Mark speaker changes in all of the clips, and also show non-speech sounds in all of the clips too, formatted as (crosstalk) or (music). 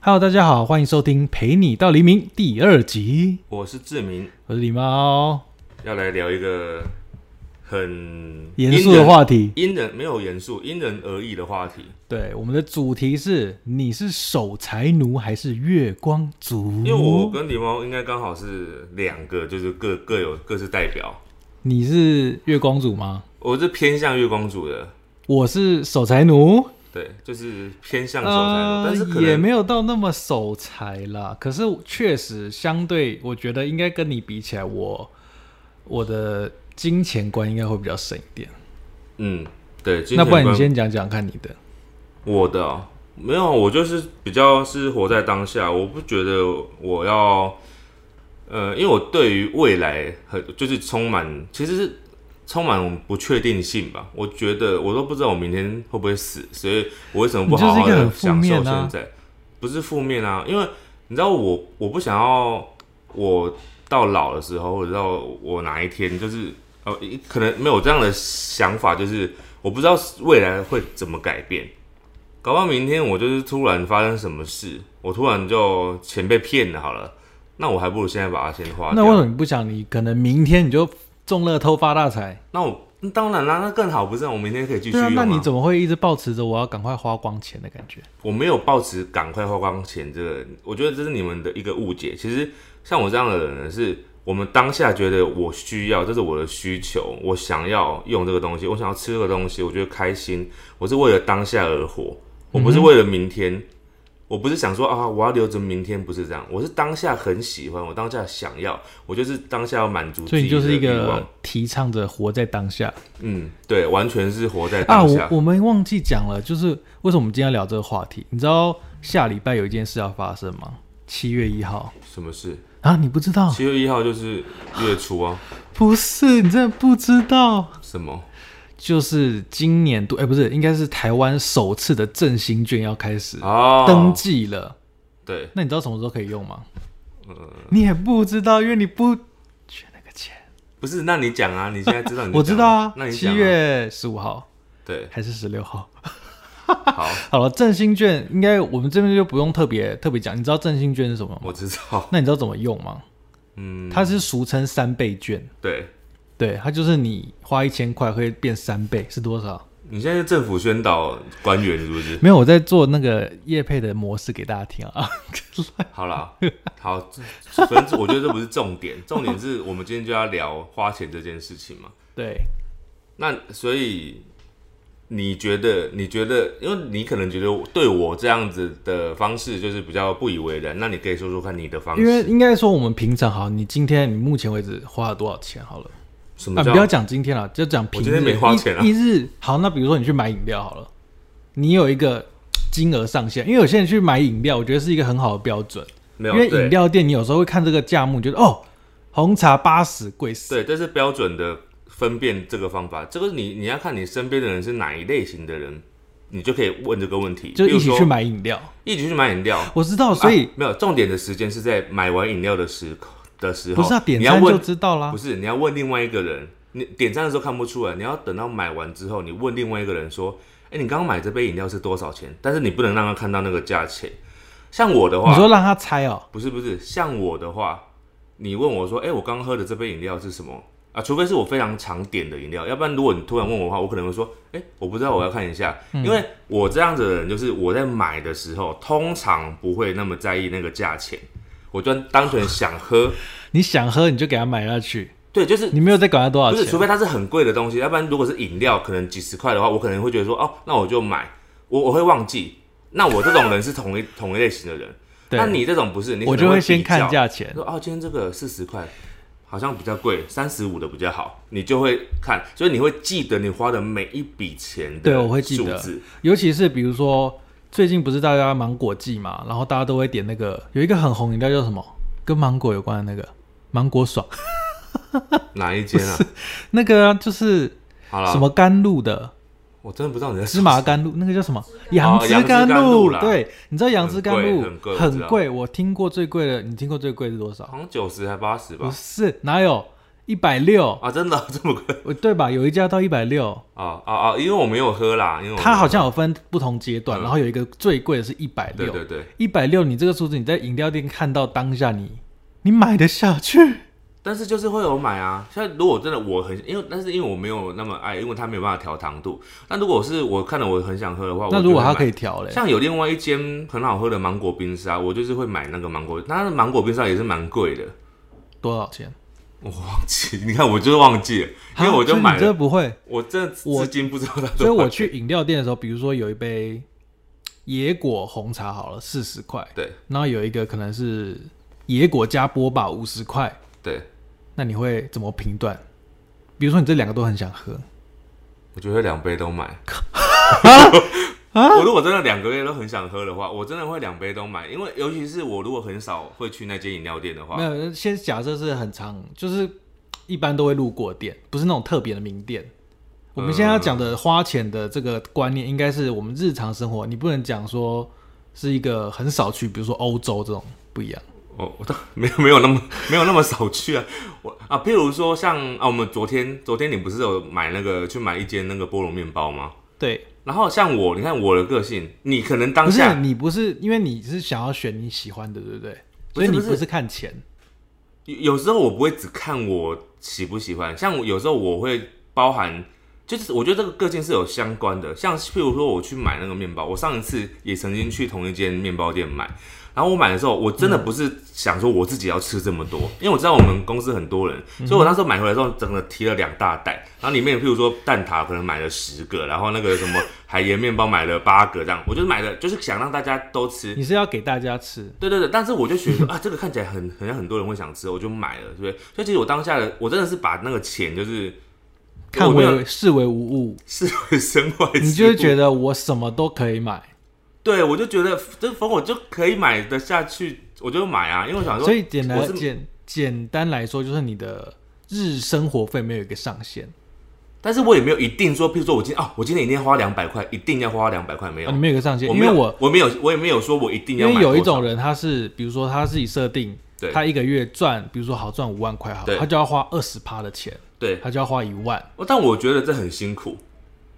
Speaker 1: Hello，大家好，欢迎收听《陪你到黎明》第二集，
Speaker 2: 我是志明，
Speaker 1: 我是狸猫。
Speaker 2: 要来聊一个很
Speaker 1: 严肃的话题，
Speaker 2: 因人，因人没有严肃，因人而异的话题。
Speaker 1: 对，我们的主题是：你是守财奴还是月光族？
Speaker 2: 因为我跟狸猫应该刚好是两个，就是各各有各是代表。
Speaker 1: 你是月光族吗？
Speaker 2: 我是偏向月光族的，
Speaker 1: 我是守财奴，
Speaker 2: 对，就是偏向守财奴，
Speaker 1: 呃
Speaker 2: 但是可
Speaker 1: 也
Speaker 2: 能
Speaker 1: 没有到那么守财啦。可是确实，相对我觉得应该跟你比起来，我我的金钱观应该会比较深一点。
Speaker 2: 嗯，对。金
Speaker 1: 那
Speaker 2: 钱
Speaker 1: 不然你
Speaker 2: 观
Speaker 1: 先讲讲看你的。
Speaker 2: 我的哦、没有，我就是比较是活在当下，我不觉得我要，呃，因为我对于未来很就是充满，其实是充满不确定性吧。我觉得我都不知道我明天会不会死，所以我为什么不好
Speaker 1: 你就
Speaker 2: 好
Speaker 1: 是一个
Speaker 2: 的
Speaker 1: 很负
Speaker 2: 享
Speaker 1: 面
Speaker 2: 受
Speaker 1: 啊
Speaker 2: 现在？不是负面啊，因为你知道我我不想要我到老的时候，或者到我哪一天就是呃，可能没有这样的想法，就是我不知道未来会怎么改变。搞不好明天我就是突然发生什么事，我突然就钱被骗了，好了，那我还不如现在把它先花
Speaker 1: 那为什
Speaker 2: 掉。
Speaker 1: 么你不想？你可能明天你就中乐透发大财？
Speaker 2: 那我嗯当然啦，那更好，不是啊？我明天可以继续
Speaker 1: 对啊，
Speaker 2: 用、
Speaker 1: 那你怎么会一直保持着我要赶快花光钱的感觉？
Speaker 2: 我没有抱持赶快花光钱这个，我觉得这是你们的一个误解。其实像我这样的人呢，是我们当下觉得我需要，这是我的需求，我想要用这个东西，我想要吃这个东西，我觉得开心，我是为了当下而活，我不是为了明天，我不是想说啊，我要留着明天，不是这样，我是当下很喜欢，我当下想要，我就是当下要满足
Speaker 1: 所
Speaker 2: 自
Speaker 1: 以你
Speaker 2: 己
Speaker 1: 就是
Speaker 2: 的
Speaker 1: 一
Speaker 2: 欲
Speaker 1: 个
Speaker 2: 望。
Speaker 1: 提倡着活在当下
Speaker 2: 嗯，对，完全是活在
Speaker 1: 啊！
Speaker 2: 当下。
Speaker 1: 我我们忘记讲了，就是为什么我们今天要聊这个话题？你知道下礼拜有一件事要发生吗？七月一号
Speaker 2: 什么事？
Speaker 1: 啊，你不知道？
Speaker 2: 七月一号就是月初啊，
Speaker 1: 不是，你真的不知道？
Speaker 2: 什么？
Speaker 1: 就是今年度，哎、不是，应该是台湾首次的振兴券要开始
Speaker 2: 哦，
Speaker 1: 登记了。
Speaker 2: 对，
Speaker 1: 那你知道什么时候可以用吗？
Speaker 2: 呃
Speaker 1: 你也不知道，因为你不缺那个钱。
Speaker 2: 不是，那你讲啊，你现在知道你就讲啊、
Speaker 1: (laughs) 我知道啊
Speaker 2: 那，你
Speaker 1: 七
Speaker 2: 讲啊
Speaker 1: 月十五号
Speaker 2: 对，
Speaker 1: 还是十六号？
Speaker 2: 好，
Speaker 1: (laughs) 好了，振兴券应该我们这边就不用特别特别讲。你知道振兴券是什么吗？
Speaker 2: 我知道， (laughs)
Speaker 1: 那你知道怎么用吗？
Speaker 2: 嗯，
Speaker 1: 它是俗称三倍券，
Speaker 2: 对，
Speaker 1: 对，它就是你花一千块会变三倍，是多少？
Speaker 2: 你现在是政府宣导官员是
Speaker 1: (laughs)
Speaker 2: 不是？
Speaker 1: 没有，我在做那个业配的模式给大家听啊。 (laughs)
Speaker 2: 好啦，好，这反正我觉得这不是重
Speaker 1: (laughs)
Speaker 2: 点，重点是我们今天就要聊花钱这件事情嘛。
Speaker 1: 对，
Speaker 2: 那所以你觉得，你觉得，因为你可能觉得我对我这样子的方式就是比较不以为然，那你可以说说看你的方
Speaker 1: 因为
Speaker 2: 式，
Speaker 1: 应该说我们平常好，你今天你目前为止花了多少钱？好了。
Speaker 2: 什
Speaker 1: 啊，
Speaker 2: 么
Speaker 1: 不要
Speaker 2: 叫？
Speaker 1: 讲今天了，就讲平日。
Speaker 2: 我今天没花钱啊
Speaker 1: 一一日好，那比如说你去买饮料好了，你有一个金额上限，因为有些人去买饮料，我觉得是一个很好的标准，
Speaker 2: 没
Speaker 1: 因
Speaker 2: 有
Speaker 1: 为
Speaker 2: 对
Speaker 1: 饮料店你有时候会看这个价目，你觉得哦，红茶八十贵死。
Speaker 2: 对，这是标准的分辨这个方法。这个你你要看你身边的人是哪一类型的人，你就可以问这个问题。
Speaker 1: 就
Speaker 2: 比
Speaker 1: 一
Speaker 2: 如
Speaker 1: 起
Speaker 2: 说
Speaker 1: 去，买饮料，
Speaker 2: 一起去买饮料。
Speaker 1: 我知道，所以
Speaker 2: 啊、没有重点的时间是在买完饮料的时刻的时候，
Speaker 1: 不是啊，点
Speaker 2: 你要
Speaker 1: 餐就
Speaker 2: 问
Speaker 1: 知道啦
Speaker 2: 不。是你要问另外一个人，你点餐的时候看不出来，你要等到买完之后，你问另外一个人说：“哎、你刚刚买这杯饮料是多少钱？”但是你不能让他看到那个价钱。像我的话，
Speaker 1: 你说让他猜哦，
Speaker 2: 不是不是，像我的话，你问我说，哎、我刚喝的这杯饮料是什么啊？除非是我非常常点的饮料，要不然如果你突然问我的话，我可能会说，哎、我不知道，我要看一下。
Speaker 1: 嗯
Speaker 2: 因为我这样子的人，就是我在买的时候，通常不会那么在意那个价钱，我就单纯想喝。
Speaker 1: 你想喝你就给他买下去，
Speaker 2: 对，就是
Speaker 1: 你没有再管他多少
Speaker 2: 不是，
Speaker 1: 钱
Speaker 2: 除。非它是很贵的东西，要不然如果是饮料，可能几十块的话，我可能会觉得说，哦，那我就买，我我会忘记。那我这种人是同一同一类型的人，那
Speaker 1: 对，
Speaker 2: 你这种不是，你可
Speaker 1: 我
Speaker 2: 能
Speaker 1: 就
Speaker 2: 会
Speaker 1: 会先
Speaker 2: 比
Speaker 1: 看
Speaker 2: 较
Speaker 1: 价钱。
Speaker 2: 说哦，今天这个四十块，好像比较贵，三十五的比较好，你就会看，所以你会记得你花的每一笔钱的
Speaker 1: 对我会记
Speaker 2: 数
Speaker 1: 得
Speaker 2: 字，
Speaker 1: 尤其是比如说最近不是大家芒果季嘛，然后大家都会点那个有一个很红饮料叫什么，跟芒果有关的那个芒果爽， (laughs)
Speaker 2: 哪一间啊？
Speaker 1: 那个啊就是
Speaker 2: 好了，
Speaker 1: 什？么甘露
Speaker 2: 啊
Speaker 1: 的
Speaker 2: 我真的不知道你在
Speaker 1: 芝麻甘露，那个叫什么杨
Speaker 2: 哦杨
Speaker 1: 枝
Speaker 2: 枝
Speaker 1: 甘
Speaker 2: 甘露
Speaker 1: 露？
Speaker 2: 啦
Speaker 1: 对，你知道杨枝甘露
Speaker 2: 很贵
Speaker 1: 很
Speaker 2: 很贵我知
Speaker 1: 贵，我听过最贵的，你听过最贵是多少？
Speaker 2: 好像九十还八十
Speaker 1: 不
Speaker 2: 吧？
Speaker 1: 是，哪有？一百六，
Speaker 2: 啊，真的这么贵
Speaker 1: 呃对吧？有一家到一百六，
Speaker 2: 啊啊啊！因为我没有喝啦，因为我没有
Speaker 1: 它好像有分不同阶段，
Speaker 2: 嗯
Speaker 1: 然后有一个最贵的是一百
Speaker 2: 对
Speaker 1: 六，
Speaker 2: 对对，
Speaker 1: 一百六，你这个数字你在饮料店看到当下你，你买得下去？
Speaker 2: 但是就是会有买啊。像如果真的我很因为，但是因为我没有那么爱，因为它没有办法调糖度。那如果是我看了我很想喝的话，
Speaker 1: 那如果它
Speaker 2: 他
Speaker 1: 可以调嘞，
Speaker 2: 像有另外一间很好喝的芒果冰沙，我就是会买那个芒果，它的芒果冰沙也是蛮贵的。
Speaker 1: 多少钱？
Speaker 2: 我忘记，你看我就是忘记了，因为
Speaker 1: 啊
Speaker 2: 我就
Speaker 1: 所以
Speaker 2: 买
Speaker 1: 你真的
Speaker 2: 了，
Speaker 1: 不会，
Speaker 2: 我这
Speaker 1: 我
Speaker 2: 至今不知道它多少
Speaker 1: 所
Speaker 2: 钱。
Speaker 1: 以我去饮料店的时候，比如说有一杯野果红茶好了，四十块，
Speaker 2: 对
Speaker 1: 然后有一个可能是野果加波霸五十块，
Speaker 2: 对，
Speaker 1: 那你会怎么评断？比如说你这两个都很想喝，
Speaker 2: 我觉得两杯都买。
Speaker 1: 啊
Speaker 2: 我如果真的两个月都很想喝的话，我真的会两杯都买，因为尤其是我如果很少会去那间饮料店的
Speaker 1: 没
Speaker 2: 话，
Speaker 1: 有，先假设是很常，就是一般都会路过的店，不是那种特别的名店。我们现在要讲的花钱的这个观念，应该是我们日常生活，你不能讲说是一个很少去，比如说欧洲这种不一样。
Speaker 2: 我我倒没有没有那么 (laughs) 没有那么少去啊。我啊，譬如说像啊，我们昨天昨天你不是有买那个去买一间那个菠萝面包吗？
Speaker 1: 对，
Speaker 2: 然后像我，你看我的个性，你可能当
Speaker 1: 不是
Speaker 2: 下
Speaker 1: 你不是因为你是想要选你喜欢的，对不对？
Speaker 2: 不
Speaker 1: 所以
Speaker 2: 是
Speaker 1: 你
Speaker 2: 不是
Speaker 1: 不是看钱，
Speaker 2: 有有时候我不会只看我喜不喜欢，像我有时候我会包含，就是我觉得这个个性是有相关的。像譬如说我去买那个面包，我上一次也曾经去同一间面包店买，然后我买的时候，我真的不是想说我自己要吃这么多，因为我知道我们公司很多人，所以我那时候买回来之后，整个提了两大袋，然后里面譬如说蛋挞可能买了十个，然后那个什么海盐面包买了八个这样，我就买了，就是想让大家都吃，
Speaker 1: 你是要给大家吃。
Speaker 2: 对对对，但是我就觉得说啊，这个看起来很很像很多人会想吃，我就买了，对不对？所以其实我当下的我真的是把那个钱就是
Speaker 1: 看
Speaker 2: 我没有
Speaker 1: 为视为无物，
Speaker 2: 视为身外 (laughs) 之物，
Speaker 1: 你就会觉得我什么都可以买，
Speaker 2: 对我就觉得这粉我就可以买得下去，我就买啊，因为我想说，
Speaker 1: 所以简
Speaker 2: 我
Speaker 1: 单
Speaker 2: 是
Speaker 1: 简简单来说，就是你的日生活费没有一个上限，
Speaker 2: 但是我也没有一定说，譬如说我今天哦，我今天一定要花两百块，一定要花两百块，没有，
Speaker 1: 啊、你没有一个上限，
Speaker 2: 我
Speaker 1: 因
Speaker 2: 没
Speaker 1: 为
Speaker 2: 有，
Speaker 1: 我
Speaker 2: 我没有，我也没有说我一定
Speaker 1: 因
Speaker 2: 要买
Speaker 1: 为
Speaker 2: 多少，
Speaker 1: 有一种人他是，比如说他自己设定，
Speaker 2: 对
Speaker 1: 他一个月赚，比如说好赚五万块好了，
Speaker 2: 对
Speaker 1: 他就要花二十趴的钱，
Speaker 2: 对，
Speaker 1: 他就要花一万，
Speaker 2: 但我觉得这很辛苦，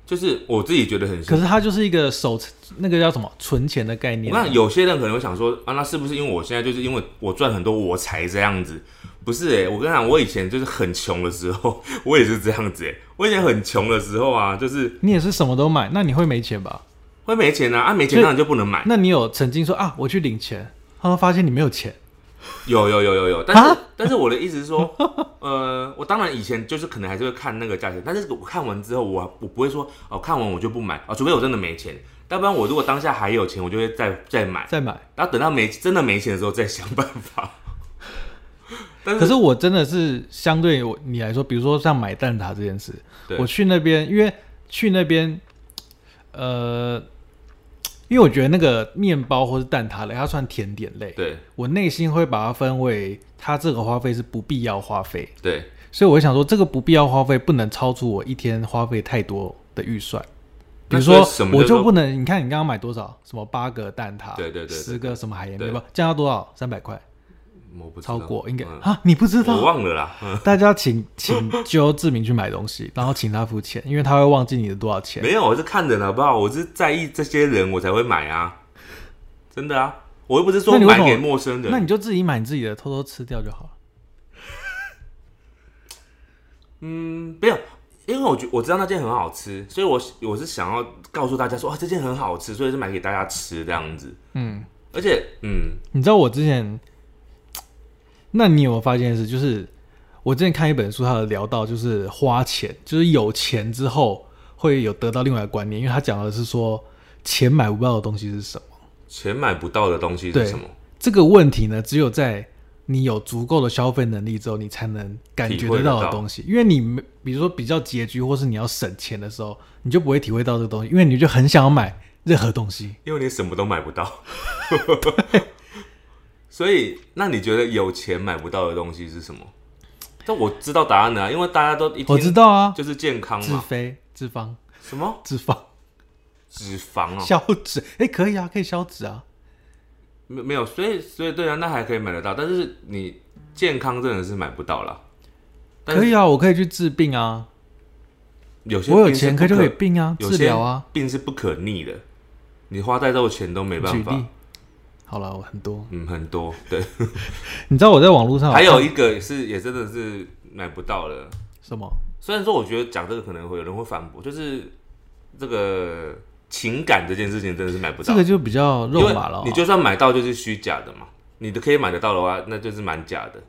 Speaker 2: 就是我自己觉得很辛苦。
Speaker 1: 可是他就是一个手那个叫什么存钱的概
Speaker 2: 我
Speaker 1: 念
Speaker 2: 跟
Speaker 1: 啊，
Speaker 2: 你讲，有些人可能会想说啊，那是不是因为我现在就是因为我赚很多，我才这样子？不是哎、我跟你讲，我以前就是很穷的时候， (laughs) 我也是这样子哎、我以前很穷的时候啊，就是
Speaker 1: 你也是什么都买，那你会没钱吧？
Speaker 2: 会没钱啊，啊没钱当然就不能买。
Speaker 1: 那你有曾经说啊，我去领钱，他们发现你没有钱，
Speaker 2: 有有有有有，但是
Speaker 1: 啊
Speaker 2: 但是我的意思
Speaker 1: (laughs)
Speaker 2: 是说，呃，我当然以前就是可能还是会看那个价钱，但是我看完之后，我我不会说哦，看完我就不买哦，除非我真的没钱，要不然我如果当下还有钱，我就会再再买，
Speaker 1: 再买。
Speaker 2: 然后等到没真的没钱的时候再想办法。但
Speaker 1: 可是我真的是相对于我你来说，比如说像买蛋挞这件事
Speaker 2: 对，
Speaker 1: 我去那边，因为去那边，呃，因为我觉得那个面包或是蛋挞类，它算甜点类，
Speaker 2: 对
Speaker 1: 我内心会把它分为它这个花费是不必要花费，
Speaker 2: 对，
Speaker 1: 所以我会想说这个不必要花费不能超出我一天花费太多的预算。比
Speaker 2: 那
Speaker 1: 如
Speaker 2: 所以
Speaker 1: 说
Speaker 2: 什，么
Speaker 1: 我
Speaker 2: 叫
Speaker 1: 就
Speaker 2: 做
Speaker 1: 不能，你看你刚刚买多少？什么八个蛋挞，
Speaker 2: 对对对对
Speaker 1: 十个什么海盐
Speaker 2: 对
Speaker 1: 面包，这样要多少？三百块，
Speaker 2: 我不知
Speaker 1: 超
Speaker 2: 道
Speaker 1: 过应该
Speaker 2: 嗯
Speaker 1: 啊？你不知道？
Speaker 2: 我忘了啦，嗯
Speaker 1: 大家请请揪志明去买东西，然后请他付钱，因为他会忘记你的多少钱。
Speaker 2: (laughs) 没有，我是看人好不好？我是在意这些人，我才会买啊，真的啊，我又不是说
Speaker 1: 那你为什
Speaker 2: 买
Speaker 1: 么
Speaker 2: 给陌生
Speaker 1: 那
Speaker 2: 人。
Speaker 1: 你就自己买你自己的，偷偷吃掉就好了。
Speaker 2: 嗯，没有，因为我觉我知道那件很好吃，所以我我是想要告诉大家说，啊，这件很好吃，所以是买给大家吃这样子。
Speaker 1: 嗯，
Speaker 2: 而且，嗯，
Speaker 1: 你知道我之前，那你有没有发现的是，就是我之前看一本书，他有聊到就是花钱，就是有钱之后会有得到另外的观念，因为他讲的是说钱买不到的东西是什么。
Speaker 2: 钱买不到的东西
Speaker 1: 对
Speaker 2: 是什么？
Speaker 1: 这个问题呢，只有在你有足够的消费能力之后，你才能感觉得到的东西。因为你没，比如说比较拮据，或是你要省钱的时候，你就不会体会到这个东西，因为你就很想要买任何东西。
Speaker 2: 因为你什么都买不
Speaker 1: (laughs)
Speaker 2: 到。所以，那你觉得有钱买不到的东西是什么？但我知道答案了啊、因为大家都一听
Speaker 1: 我知道啊，
Speaker 2: 就是嗯健康
Speaker 1: 自
Speaker 2: 嘛。
Speaker 1: 肥、脂肪、
Speaker 2: 什么
Speaker 1: 脂肪
Speaker 2: 脂肪哦？
Speaker 1: 消脂，哎、可以啊，可以消脂啊。
Speaker 2: 没没有，所以所以对啊，那还可以买得到，但是你健康真的是买不到啦。但
Speaker 1: 可以啊，我可以去治病啊，
Speaker 2: 有些
Speaker 1: 我有
Speaker 2: 病是
Speaker 1: 钱
Speaker 2: 不
Speaker 1: 可以就
Speaker 2: 可
Speaker 1: 给病啊，
Speaker 2: 有
Speaker 1: 治
Speaker 2: 些
Speaker 1: 疗啊。
Speaker 2: 病是不可逆的，你花再多的钱都没
Speaker 1: 举
Speaker 2: 办
Speaker 1: 例
Speaker 2: 法。，
Speaker 1: 好了，我很多。
Speaker 2: 嗯，很多对，
Speaker 1: 你知道我在网络上
Speaker 2: 还有
Speaker 1: 看
Speaker 2: 一个是也真的是买不到了。
Speaker 1: 什么？
Speaker 2: 虽然说我觉得讲这个可能会有人会反驳，就是这个情感这件事情真的是买不
Speaker 1: 这
Speaker 2: 到，
Speaker 1: 个就比较肉
Speaker 2: 因为
Speaker 1: 麻了啊。
Speaker 2: 你就算买到就是虚假的嘛，你的可以买得到的话，那就是蛮假的。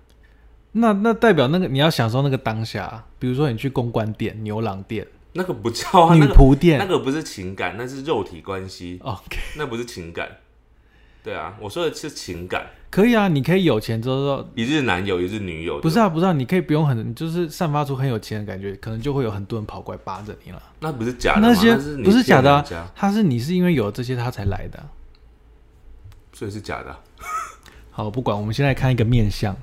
Speaker 1: 那那代表那个你要享受那个当下，啊比如说你去公关店、牛郎店、
Speaker 2: 那个不叫啊，
Speaker 1: 女
Speaker 2: 那个
Speaker 1: 仆店、哦
Speaker 2: 那个不是情感，那是肉体关系， (laughs)
Speaker 1: OK，
Speaker 2: 那不是情感。对啊，我说的是情感，
Speaker 1: 可以啊，你可以有钱之后，
Speaker 2: 一日男友一日女友，
Speaker 1: 不是啊，不是啊，你可以不用很，你就是散发出很有钱的感觉，可能就会有很多人跑过来扒着你了。
Speaker 2: 那不是假的吗，
Speaker 1: 啊那些
Speaker 2: 是你
Speaker 1: 不是假的、
Speaker 2: 骗人
Speaker 1: 啊
Speaker 2: 家，
Speaker 1: 他是你是因为有这些他才来的啊。
Speaker 2: 所以是假的啊。
Speaker 1: 好，不管，我们先来看一个面相，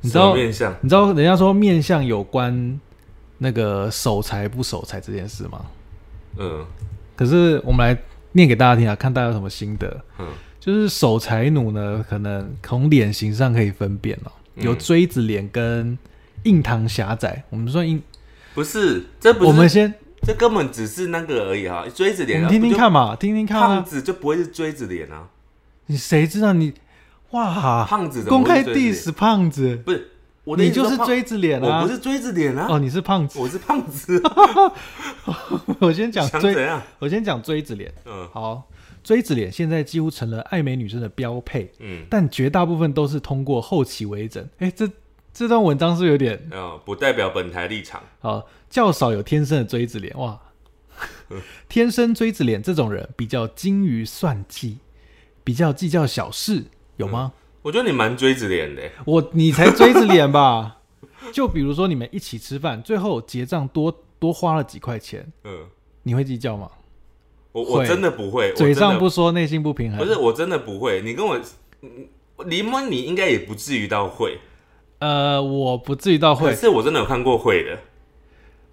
Speaker 1: 你知
Speaker 2: 什么
Speaker 1: 道，
Speaker 2: 面相
Speaker 1: 你知道人家说面相有关那个守财不守财这件事吗？
Speaker 2: 嗯
Speaker 1: 可是我们来念给大家听啊，看大家有什么心得。
Speaker 2: 嗯
Speaker 1: 就是守财奴呢，可能从脸型上可以分辨哦，
Speaker 2: 嗯
Speaker 1: 有锥子脸跟印堂狭窄。我们说印，
Speaker 2: 不是，这不是，
Speaker 1: 我们先
Speaker 2: 这根本只是那个而已哈、锥子
Speaker 1: 我
Speaker 2: 脸、
Speaker 1: 们
Speaker 2: 啊，
Speaker 1: 听听
Speaker 2: 不就
Speaker 1: 看嘛，听听看
Speaker 2: 胖
Speaker 1: 啊。
Speaker 2: 子就不会是锥子脸啊，
Speaker 1: 你谁知道你哇？
Speaker 2: 胖子怎么
Speaker 1: 公开
Speaker 2: 会是锥子
Speaker 1: diss 胖子，
Speaker 2: 不是我的意
Speaker 1: 你
Speaker 2: 思
Speaker 1: 就是
Speaker 2: 胖
Speaker 1: 锥子脸啊！
Speaker 2: 我不是锥子脸啊，
Speaker 1: 哦，你是胖子。
Speaker 2: 我是胖子、
Speaker 1: (laughs)
Speaker 2: 啊，
Speaker 1: 我先讲
Speaker 2: (laughs) 想
Speaker 1: 锥，
Speaker 2: 怎样？
Speaker 1: 我先讲锥子脸。
Speaker 2: 嗯
Speaker 1: 好，锥子脸现在几乎成了爱美女生的标配，
Speaker 2: 嗯，
Speaker 1: 但绝大部分都是通过后期微整。哎，这这段文章是不是有点
Speaker 2: 哦，不代表本台立场，
Speaker 1: 好，较少有天生的锥子脸哇。
Speaker 2: (laughs)
Speaker 1: 天生锥子脸这种人比较精于算计，比较计较小事，有吗？
Speaker 2: 我觉得你蛮锥子脸的欸，
Speaker 1: 我你才锥子脸
Speaker 2: (laughs)
Speaker 1: 吧？就比如说你们一起吃饭，最后结账多多花了几块钱，
Speaker 2: 嗯，
Speaker 1: 你会计较吗？
Speaker 2: 我我
Speaker 1: 会
Speaker 2: 真的不会，我
Speaker 1: 嘴
Speaker 2: 真的
Speaker 1: 上不说，内心不平衡。
Speaker 2: 不是，我真的不会，你跟我，嗯黎梦你应该也不至于到会。
Speaker 1: 呃，我不至于到
Speaker 2: 可
Speaker 1: 会。
Speaker 2: 是我真的有看过会的，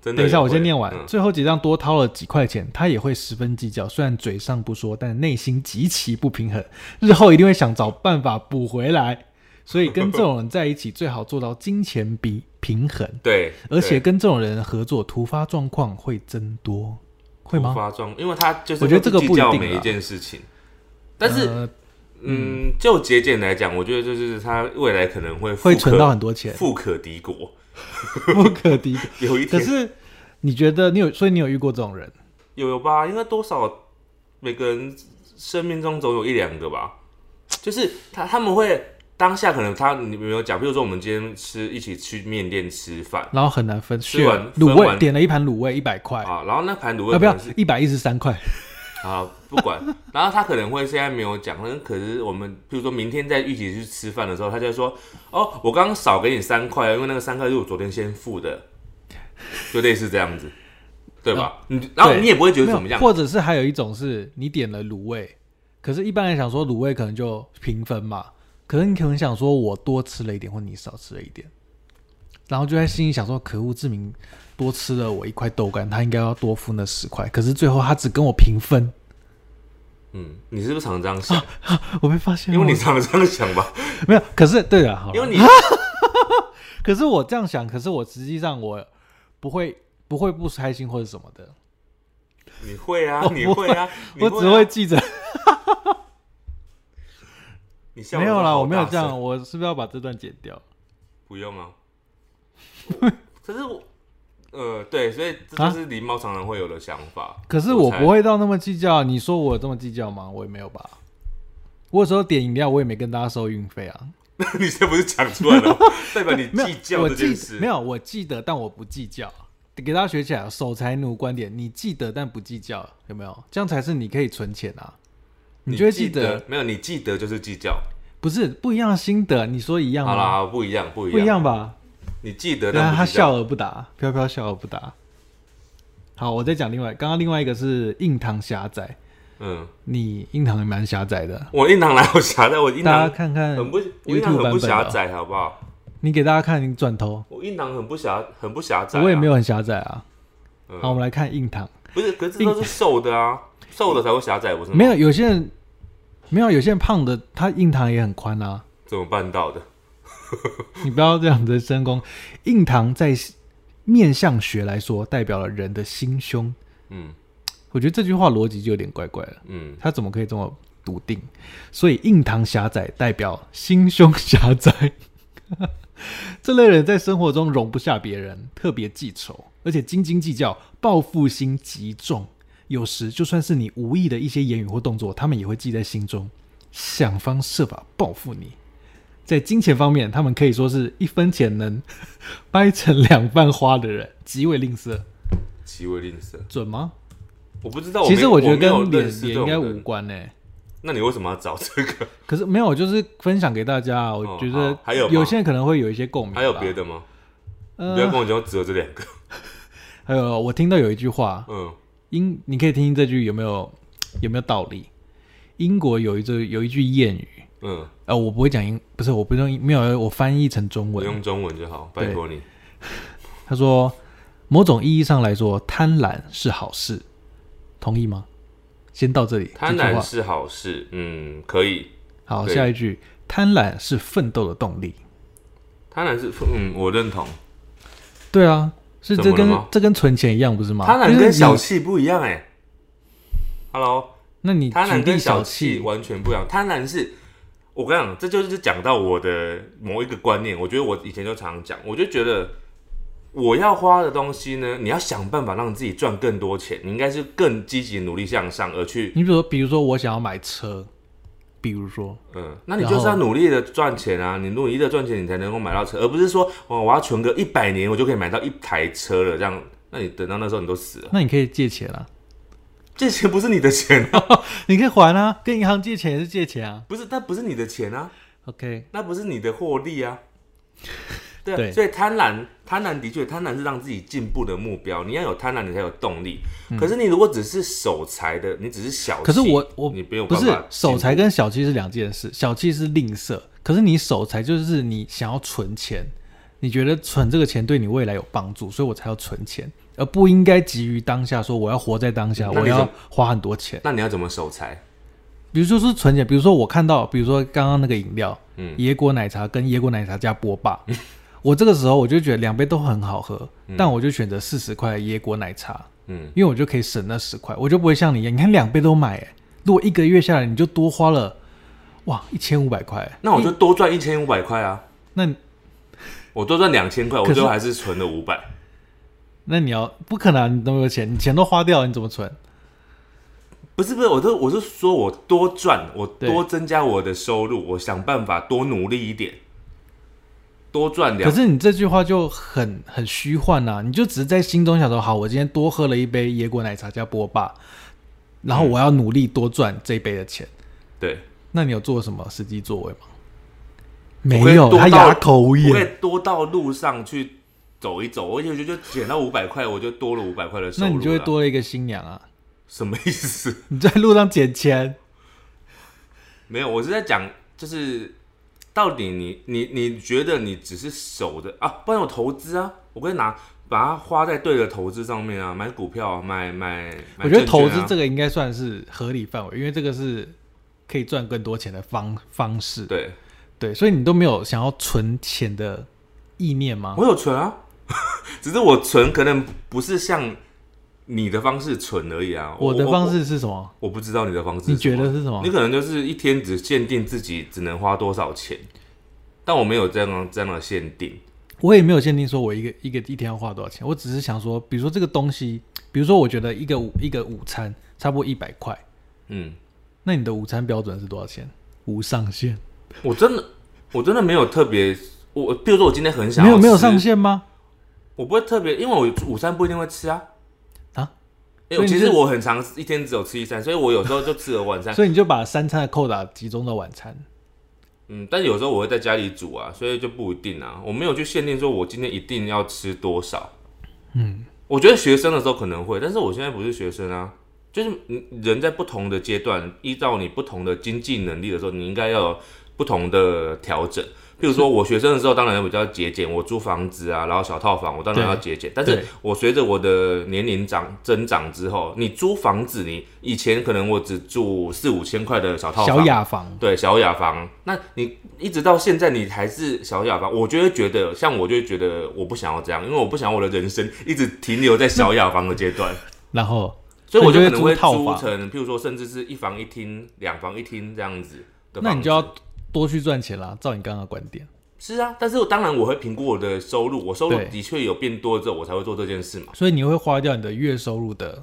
Speaker 2: 真的有会。
Speaker 1: 等一下，我先念完。
Speaker 2: 嗯
Speaker 1: 最后结账多掏了几块钱，他也会十分计较，虽然嘴上不说，但内心极其不平衡，日后一定会想找办法补回来。所以跟这种人在一起，最好做到金钱比平衡，
Speaker 2: 对，
Speaker 1: 而且
Speaker 2: 对
Speaker 1: 跟这种人合作，突发状况会增多，会
Speaker 2: 突
Speaker 1: 吗？
Speaker 2: 发状，因为他就是
Speaker 1: 我觉得这个
Speaker 2: 会
Speaker 1: 不一
Speaker 2: 计较
Speaker 1: 定
Speaker 2: 每
Speaker 1: 啦
Speaker 2: 一件事情，但是。
Speaker 1: 呃、
Speaker 2: 嗯，就节俭来讲，我觉得就是他未来可能会富
Speaker 1: 会
Speaker 2: 可
Speaker 1: 存到很多钱，
Speaker 2: 富可敌国，
Speaker 1: 不可敌。
Speaker 2: 有一
Speaker 1: 可
Speaker 2: 天
Speaker 1: 是你觉得你有，所以你有遇过这种人？
Speaker 2: 有有吧？应该多少每个人生命中总有一两个吧，就是他他们会当下可能他你没有讲，比如说我们今天吃一起去面店吃饭
Speaker 1: 然后很难分，
Speaker 2: 吃完
Speaker 1: 卤
Speaker 2: 分
Speaker 1: 味
Speaker 2: 完
Speaker 1: 点了一盘卤味一百块，
Speaker 2: 啊，然后那盘卤味
Speaker 1: 哎啊不
Speaker 2: 可
Speaker 1: 要
Speaker 2: 能是
Speaker 1: 一百一十三块，
Speaker 2: 啊，不
Speaker 1: (laughs)
Speaker 2: 管。然后他可能会现在没有讲，但是可是我们，譬如说明天再一起去吃饭的时候，他就会说：“哦，我刚刚少给你三块，因为那个三块是我昨天先付的。”就类似这样子，对吧？你然后
Speaker 1: (laughs) 对
Speaker 2: 你也不会觉得
Speaker 1: 没有
Speaker 2: 怎么样，
Speaker 1: 或者是还有一种是你点了卤味，可是一般人想说卤味可能就平分嘛，可是你可能想说我多吃了一点，或你少吃了一点，然后就在心里想说，可恶，志明多吃了我一块豆干，他应该要多付那十块，可是最后他只跟我平分，
Speaker 2: 嗯，你是不是常这
Speaker 1: (laughs)
Speaker 2: 样想？
Speaker 1: 哦我被发现了，
Speaker 2: 因为 (laughs) 你常这样想吧，
Speaker 1: 没有，可是对了，啊好
Speaker 2: 因
Speaker 1: 了，
Speaker 2: 为你
Speaker 1: 可是我这样想，可是我实际上我不会不会不开心或者什么的，
Speaker 2: 你会啊
Speaker 1: 我，不
Speaker 2: 你会啊，你
Speaker 1: 我
Speaker 2: 啊
Speaker 1: 只会记着，
Speaker 2: 你笑
Speaker 1: 没有啦，
Speaker 2: 了，
Speaker 1: 我没有这样，，我是不是要把这段剪掉？
Speaker 2: 不用啊。可是我，呃，对，所以这
Speaker 1: 啊
Speaker 2: 就是狸猫常常会有的想法。
Speaker 1: 可是我
Speaker 2: 才
Speaker 1: 不会到那么计较。你说我有这么计较吗？我也没有吧。我有时候点饮料，我也没跟大家收运费啊。
Speaker 2: (laughs) 你这不是讲出来了
Speaker 1: (laughs)
Speaker 2: 吗，代表你
Speaker 1: 没
Speaker 2: 计
Speaker 1: 有，
Speaker 2: 较
Speaker 1: 我
Speaker 2: 这
Speaker 1: 记
Speaker 2: 件事。
Speaker 1: 没有，我记得，但我不计较。给大家学起来，守财奴观点，你记得但不计较，有没有？这样才是你可以存钱啊。你就会
Speaker 2: 记
Speaker 1: 记得，
Speaker 2: 没有？你记得就是计较。
Speaker 1: 不是不一样的心得。你说一样
Speaker 2: 好
Speaker 1: 吗？
Speaker 2: 啦，不一样，不一
Speaker 1: 不
Speaker 2: 样。
Speaker 1: 一样吧？
Speaker 2: 你记得，
Speaker 1: 对啊，
Speaker 2: 但
Speaker 1: 他
Speaker 2: 不计较
Speaker 1: 笑。而不答，飘飘笑而不答。好，我再讲另外，刚刚另外一个是印堂狭窄，
Speaker 2: 嗯，
Speaker 1: 你印堂也蛮狭窄的，
Speaker 2: 我印堂哪有狭窄？我印
Speaker 1: 大家
Speaker 2: 堂
Speaker 1: 看看
Speaker 2: 很不，我印堂
Speaker 1: YouTube 版
Speaker 2: 很不
Speaker 1: 本的
Speaker 2: 狭
Speaker 1: 哦
Speaker 2: 窄，好不好？
Speaker 1: 你给大家看你转头，
Speaker 2: 我印堂很不狭，很不狭窄、啊。
Speaker 1: 我也没有很狭窄啊。
Speaker 2: 嗯
Speaker 1: 好，我们来看硬糖，
Speaker 2: 不是，可是这都是瘦的啊，瘦的才会狭窄，不是吗？
Speaker 1: 没有有些人没有有些人胖的，他硬糖也很宽啊。
Speaker 2: 怎么办到的？
Speaker 1: 你不要这样的深宫。印堂在面相学来说，代表了人的心胸。
Speaker 2: 嗯
Speaker 1: 我觉得这句话逻辑就有点怪怪了，
Speaker 2: 嗯，
Speaker 1: 他怎么可以这么笃定？所以印堂狭窄代表心胸狭窄。 (laughs) 这类人在生活中容不下别人，特别记仇，而且斤斤计较，报复心极重。有时就算是你无意的一些言语或动作，他们也会记在心中，想方设法报复你。在金钱方面，他们可以说是一分钱能 (laughs) 掰成两半花的人，极为吝啬，
Speaker 2: 极为吝啬。
Speaker 1: 准吗？
Speaker 2: 我不知道，
Speaker 1: 其实
Speaker 2: 我
Speaker 1: 觉得
Speaker 2: 没有
Speaker 1: 跟脸
Speaker 2: 认识
Speaker 1: 脸
Speaker 2: 这
Speaker 1: 应
Speaker 2: 种
Speaker 1: 该
Speaker 2: 人
Speaker 1: 无关呢、欸
Speaker 2: 那你为什么要找
Speaker 1: (laughs)
Speaker 2: 这个？
Speaker 1: 可是没有，就是分享给大家啊。我
Speaker 2: 哦
Speaker 1: 觉得
Speaker 2: 好还有吗
Speaker 1: 有些人可能会有一些共鸣吧。
Speaker 2: 还有别的吗？你不要
Speaker 1: 呃，
Speaker 2: 跟我讲，只有这两个。
Speaker 1: 还有我听到有一句话，
Speaker 2: 嗯
Speaker 1: 英，你可以听听这句有没有有没有道理？英国有一句有一句谚语，
Speaker 2: 嗯，
Speaker 1: 呃，我不会讲英，不是我不用英没有我翻译成中
Speaker 2: 我
Speaker 1: 文。
Speaker 2: 用中文就好，拜托你。
Speaker 1: 他说，某种意义上来说，贪婪是好事，同意吗？先到这里，
Speaker 2: 贪
Speaker 1: 这句
Speaker 2: 婪
Speaker 1: 话
Speaker 2: 是好事，嗯，可以。
Speaker 1: 好，
Speaker 2: 对
Speaker 1: 下一句，贪婪是奋斗的动力。
Speaker 2: 贪婪是，嗯，我认同。
Speaker 1: 对啊，是
Speaker 2: 怎
Speaker 1: 这
Speaker 2: 么了
Speaker 1: 跟
Speaker 2: 吗
Speaker 1: 这跟存钱一样，不是吗？
Speaker 2: 贪婪
Speaker 1: 就是
Speaker 2: 跟
Speaker 1: 你
Speaker 2: 小气不一样哎、Hello，
Speaker 1: 那你
Speaker 2: 贪
Speaker 1: 举
Speaker 2: 婪
Speaker 1: 例
Speaker 2: 跟
Speaker 1: 小
Speaker 2: 小气完全不一样。贪婪是，我跟你讲，这就是讲到我的某一个观念。我觉得我以前就常讲，我就觉得我要花的东西呢，你要想办法让自己赚更多钱，你应该是更积极努力向上而去。
Speaker 1: 你比如说，比如说我想要买车，比如说，
Speaker 2: 嗯，那你
Speaker 1: 然
Speaker 2: 就是要
Speaker 1: 后
Speaker 2: 努力的赚钱啊！你努力的赚钱，你才能够买到车，而不是说哦，我要存个一百年，我就可以买到一台车了。这样，那你等到那时候你都死了，
Speaker 1: 那你可以借钱啊， (laughs)
Speaker 2: 这钱不是你的钱啊，
Speaker 1: 你可以还啊，跟银行借钱也是借钱啊。
Speaker 2: 不是，那不是你的钱啊，
Speaker 1: OK，
Speaker 2: 那不是你的获利
Speaker 1: (laughs)
Speaker 2: 啊。对啊，
Speaker 1: 对
Speaker 2: 所以贪婪，贪婪的确，贪婪是让自己进步的目标。你要有贪婪，你才有动力。可是你如果只是守财的，你只是小气，
Speaker 1: 嗯可是我我
Speaker 2: 你没有
Speaker 1: 不
Speaker 2: 办
Speaker 1: 是
Speaker 2: 法进步
Speaker 1: 守财跟小气是两件事，小气是吝啬，可是你守财就是你想要存钱，你觉得存这个钱对你未来有帮助，所以我才要存钱，而不应该急于当下说我要活在当下，我
Speaker 2: 那你怎
Speaker 1: 要
Speaker 2: 么
Speaker 1: 花很多钱。
Speaker 2: 那你要怎么守财？
Speaker 1: 比如说是存钱，比如说我看到，比如说刚刚那个饮料，
Speaker 2: 嗯
Speaker 1: 椰果奶茶跟椰果奶茶加波霸，我这个时候我就觉得两杯都很好喝，但我就选择四十块的椰果奶茶，
Speaker 2: 嗯，
Speaker 1: 因为我就可以省那十块，我就不会像你一样，你看两杯都买、欸，如果一个月下来你就多花了，哇，一千五百块欸，
Speaker 2: 那我就多赚一千五百块啊。
Speaker 1: 那你
Speaker 2: 我多赚两千块，我
Speaker 1: 可是
Speaker 2: 最后还是存了五百。
Speaker 1: 那你要不可能啊，你都没有钱，你钱都花掉了，你怎么存？
Speaker 2: 不是不是，我都我是说我多赚，我
Speaker 1: 对
Speaker 2: 多增加我的收入，我想办法多努力一点，多赚
Speaker 1: 可
Speaker 2: 两。
Speaker 1: 是你这句话就很很虚幻呐、你就只是在心中想说，好，我今天多喝了一杯椰果奶茶加波霸，然后我要努力多赚这一杯的钱。
Speaker 2: 对，
Speaker 1: 那你有做什么实际作为吗？
Speaker 2: 我可
Speaker 1: 没
Speaker 2: 以
Speaker 1: 有，
Speaker 2: 多
Speaker 1: 他
Speaker 2: 到
Speaker 1: 哑口无
Speaker 2: 我可以
Speaker 1: 言。
Speaker 2: 多到路上去走一走，而且我就就捡到五百块，我就多了五百块的收入
Speaker 1: 那
Speaker 2: 了。
Speaker 1: 你就会多了一个新娘啊！ (laughs)
Speaker 2: 什么意思？ (laughs)
Speaker 1: 你在路上捡钱，
Speaker 2: 没有，我是在讲，就是到底你你你觉得你只是守着啊，不然我投资啊，我可以拿把它花在对的投资上面啊，买股票、啊，买买。买
Speaker 1: 我觉得
Speaker 2: 证券
Speaker 1: 投
Speaker 2: 啊
Speaker 1: 资这个应该算是合理范围，因为这个是可以赚更多钱的方方式。
Speaker 2: 对，
Speaker 1: 对，所以你都没有想要存钱的意念吗？
Speaker 2: 我有存啊， (laughs) 只是我存可能不是像你的方式存而已啊。
Speaker 1: 我的方式
Speaker 2: 我，
Speaker 1: 是什么？
Speaker 2: 我不知道你的方式，
Speaker 1: 你觉得？是什么
Speaker 2: 你？可能就是一天只限定自己只能花多少钱，但我没有这样这样的限定。
Speaker 1: 我也没有限定说我一个一个一天要花多少钱，我只是想说，比如说这个东西，比如说我觉得一个午一个午餐差不多一百块，
Speaker 2: 嗯，
Speaker 1: 那你的午餐标准是多少钱？无上限？
Speaker 2: 我真的，我真的没有特别，我比如说我今天很想
Speaker 1: 没
Speaker 2: 要
Speaker 1: 有没有
Speaker 2: 吃
Speaker 1: 上，限吗？
Speaker 2: 我不会特别，因为我午餐不一定会吃啊。
Speaker 1: 啊，
Speaker 2: 因
Speaker 1: 所
Speaker 2: 为
Speaker 1: 以你
Speaker 2: 其实
Speaker 1: 就
Speaker 2: 我很常一天只有吃一餐，所以我有时候就吃了晚餐。
Speaker 1: 啊所以你就把三餐的扣打集中到晚餐。
Speaker 2: 嗯，但有时候我会在家里煮啊，所以就不一定啊。我没有去限定说我今天一定要吃多少。嗯，我觉得学生的时候可能会，但是我现在不是学生啊。就是你人在不同的阶段，依照你不同的经济能力的时候，你应该要有不同的调整。譬如说我学生的时候，当然比较节俭，我租房子啊，然后小套房，我当然要节俭。但是
Speaker 1: 对
Speaker 2: 我随着我的年龄长增长之后，你租房子，你以前可能我只住四五千块的小套
Speaker 1: 小
Speaker 2: 房，
Speaker 1: 雅房，
Speaker 2: 对小雅房，那你一直到现在你还是小雅房，我就会觉得，像我就会觉得我不想要这样，因为我不想我的人生一直停留在小雅房的阶
Speaker 1: (laughs)
Speaker 2: 段，
Speaker 1: 然后
Speaker 2: 所以我就
Speaker 1: 所以你
Speaker 2: 可
Speaker 1: 就
Speaker 2: 能
Speaker 1: 会
Speaker 2: 会
Speaker 1: 租套
Speaker 2: 租
Speaker 1: 房
Speaker 2: 成，譬如说甚至是一房一厅、两房一厅这样子的房子。
Speaker 1: 那你就要多去赚钱啦。照你刚刚的观点，
Speaker 2: 是啊，但是我当然我会评估我的收入，我收入
Speaker 1: 对
Speaker 2: 的确有变多之后，我才会做这件事嘛。
Speaker 1: 所以你会花掉你的月收入的，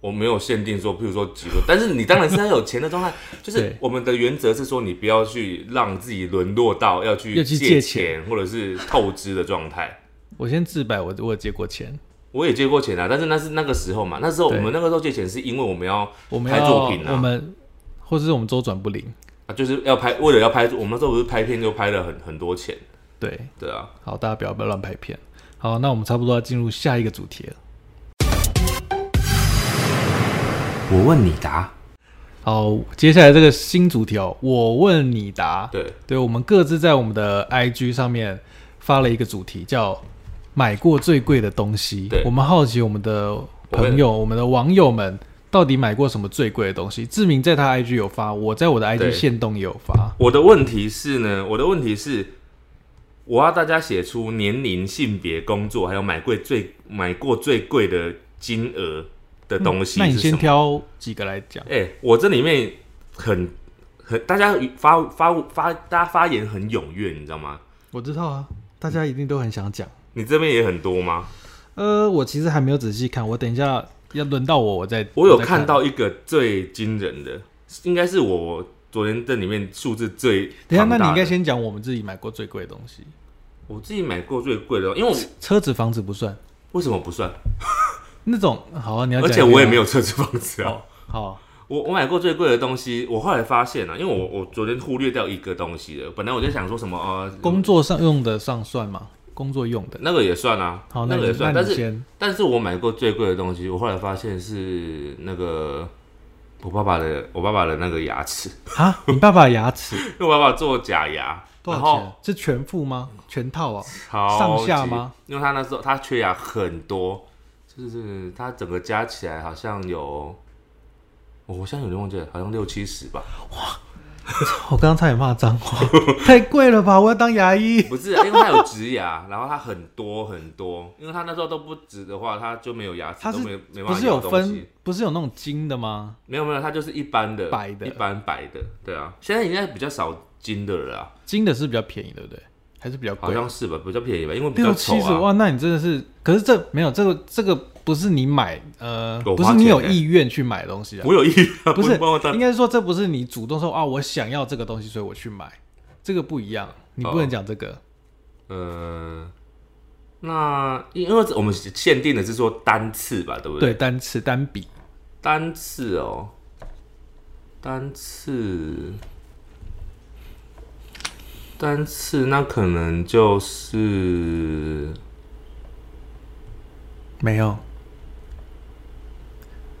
Speaker 2: 我没有限定说，譬如说几个，但是你当然是要有钱的状
Speaker 1: (laughs)
Speaker 2: 态。就是
Speaker 1: 对
Speaker 2: 我们的原则是说，你不要去让自己沦落到要去
Speaker 1: 要去借
Speaker 2: 钱或者是透支的状态。
Speaker 1: 我先自白，我我有借过钱，
Speaker 2: 我也借过钱啊，但是那是那个时候嘛，那时候我
Speaker 1: 对
Speaker 2: 们那个时候借钱是因为我们要
Speaker 1: 我们
Speaker 2: 拍
Speaker 1: 要
Speaker 2: 作品啊
Speaker 1: 我们或者是我们周转不灵，
Speaker 2: 啊，就是要拍，为了要拍，我们那时候不是拍片就拍了很很多钱，
Speaker 1: 对，
Speaker 2: 对啊。
Speaker 1: 好，大家不要不要乱拍片。好，那我们差不多要进入下一个主题了。
Speaker 2: 我问你答，
Speaker 1: 好，接下来这个新主题哦，我问你答。
Speaker 2: 对，
Speaker 1: 对，我们各自在我们的 IG 上面发了一个主题，叫“买过最贵的东西”
Speaker 2: 对。
Speaker 1: 我们好奇我们的朋友、我们的网友们到底买过什么最贵的东西。志明在他 IG 有发，我在我的
Speaker 2: 对
Speaker 1: IG 线动也有发。
Speaker 2: 我的问题是呢，我的问题是，我要大家写出年龄、性别、工作，还有买贵最买过最贵的金额的东西
Speaker 1: 嗯那你
Speaker 2: 是什
Speaker 1: 先
Speaker 2: 么？
Speaker 1: 挑几个来讲。
Speaker 2: 哎、我这里面很很大家发发发大家发言很踊跃，你知道吗？
Speaker 1: 我知道啊，大家一定都很想讲。
Speaker 2: 你这边也很多吗？
Speaker 1: 呃，我其实还没有仔细看，我等一下要轮到我，我再
Speaker 2: 我有
Speaker 1: 再
Speaker 2: 看到一个最惊人的，应该是我昨天这里面数字最
Speaker 1: 等一下，
Speaker 2: 庞
Speaker 1: 那
Speaker 2: 大
Speaker 1: 你应该
Speaker 2: 的
Speaker 1: 先讲我们自己买过最贵的东西，
Speaker 2: 我自己买过最贵的，因为我
Speaker 1: 车子、房子不算。
Speaker 2: 为什么不算？
Speaker 1: 那种好、啊，你要
Speaker 2: 而
Speaker 1: 讲一哦
Speaker 2: 且
Speaker 1: 遍啊，
Speaker 2: 我也没有车子房子啊。
Speaker 1: 好好，
Speaker 2: (laughs) 我我买过最贵的东西，我后来发现啊了、因为我我昨天忽略掉一个东西了。本来我就想说什么呃，
Speaker 1: 工作上用的上算嘛，工作用的。
Speaker 2: 那个也算啊，
Speaker 1: 好，
Speaker 2: 那
Speaker 1: 那
Speaker 2: 个也
Speaker 1: 你
Speaker 2: 算。
Speaker 1: 那
Speaker 2: 但
Speaker 1: 你
Speaker 2: 是
Speaker 1: 先，
Speaker 2: 但是我买过最贵的东西，我后来发现是那个我爸爸的我爸爸的那个牙齿， (laughs)
Speaker 1: 啊，你爸爸的牙齿
Speaker 2: 因为我爸爸做假牙，
Speaker 1: 多
Speaker 2: 然
Speaker 1: 少
Speaker 2: 后
Speaker 1: 钱？是全副吗？全套啊？
Speaker 2: 超
Speaker 1: 上下
Speaker 2: 级
Speaker 1: 吗？
Speaker 2: 因为他那时候他缺牙很多，就是他整个加起来好像有，我我现在有点忘记了，好像六七十吧。
Speaker 1: (laughs) 我刚刚差点骂脏话， (laughs) 太贵了吧！我要当牙医。
Speaker 2: 不是啊，因为他有植牙，然后他很多很多，因为他那时候都不植的话，他就没有牙齿，
Speaker 1: 它
Speaker 2: 都
Speaker 1: 是
Speaker 2: 没有没
Speaker 1: 不
Speaker 2: 办
Speaker 1: 是
Speaker 2: 法
Speaker 1: 有
Speaker 2: 咬东
Speaker 1: 分
Speaker 2: 西。，
Speaker 1: 不是有那种金的吗？
Speaker 2: 没有没有，他就是一般的
Speaker 1: 白的
Speaker 2: 一般白的，对啊。现在应该比较少金的了啦，
Speaker 1: 金的是比较便宜，对不对？还是比较
Speaker 2: 好
Speaker 1: 贵？
Speaker 2: 像是吧，比较便宜吧，因为比较
Speaker 1: 六
Speaker 2: 丑
Speaker 1: 七十
Speaker 2: 啊。
Speaker 1: 万，那你真的是，可是这没有这个这个不是你买，呃，
Speaker 2: 我花
Speaker 1: 不是你有
Speaker 2: 钱欸
Speaker 1: 意愿去买的东西啊。
Speaker 2: 我有意，
Speaker 1: 不是
Speaker 2: (laughs) 帮我，打
Speaker 1: 应该是说这不是你主动说啊，我想要这个东西，所以我去买，这个不一样，你不能讲这个。
Speaker 2: 呃，那因因为我们限定的是说单次吧，对不
Speaker 1: 对，
Speaker 2: 对？
Speaker 1: 单次单笔，
Speaker 2: 单次哦，单次，单次那可能就是
Speaker 1: 没有。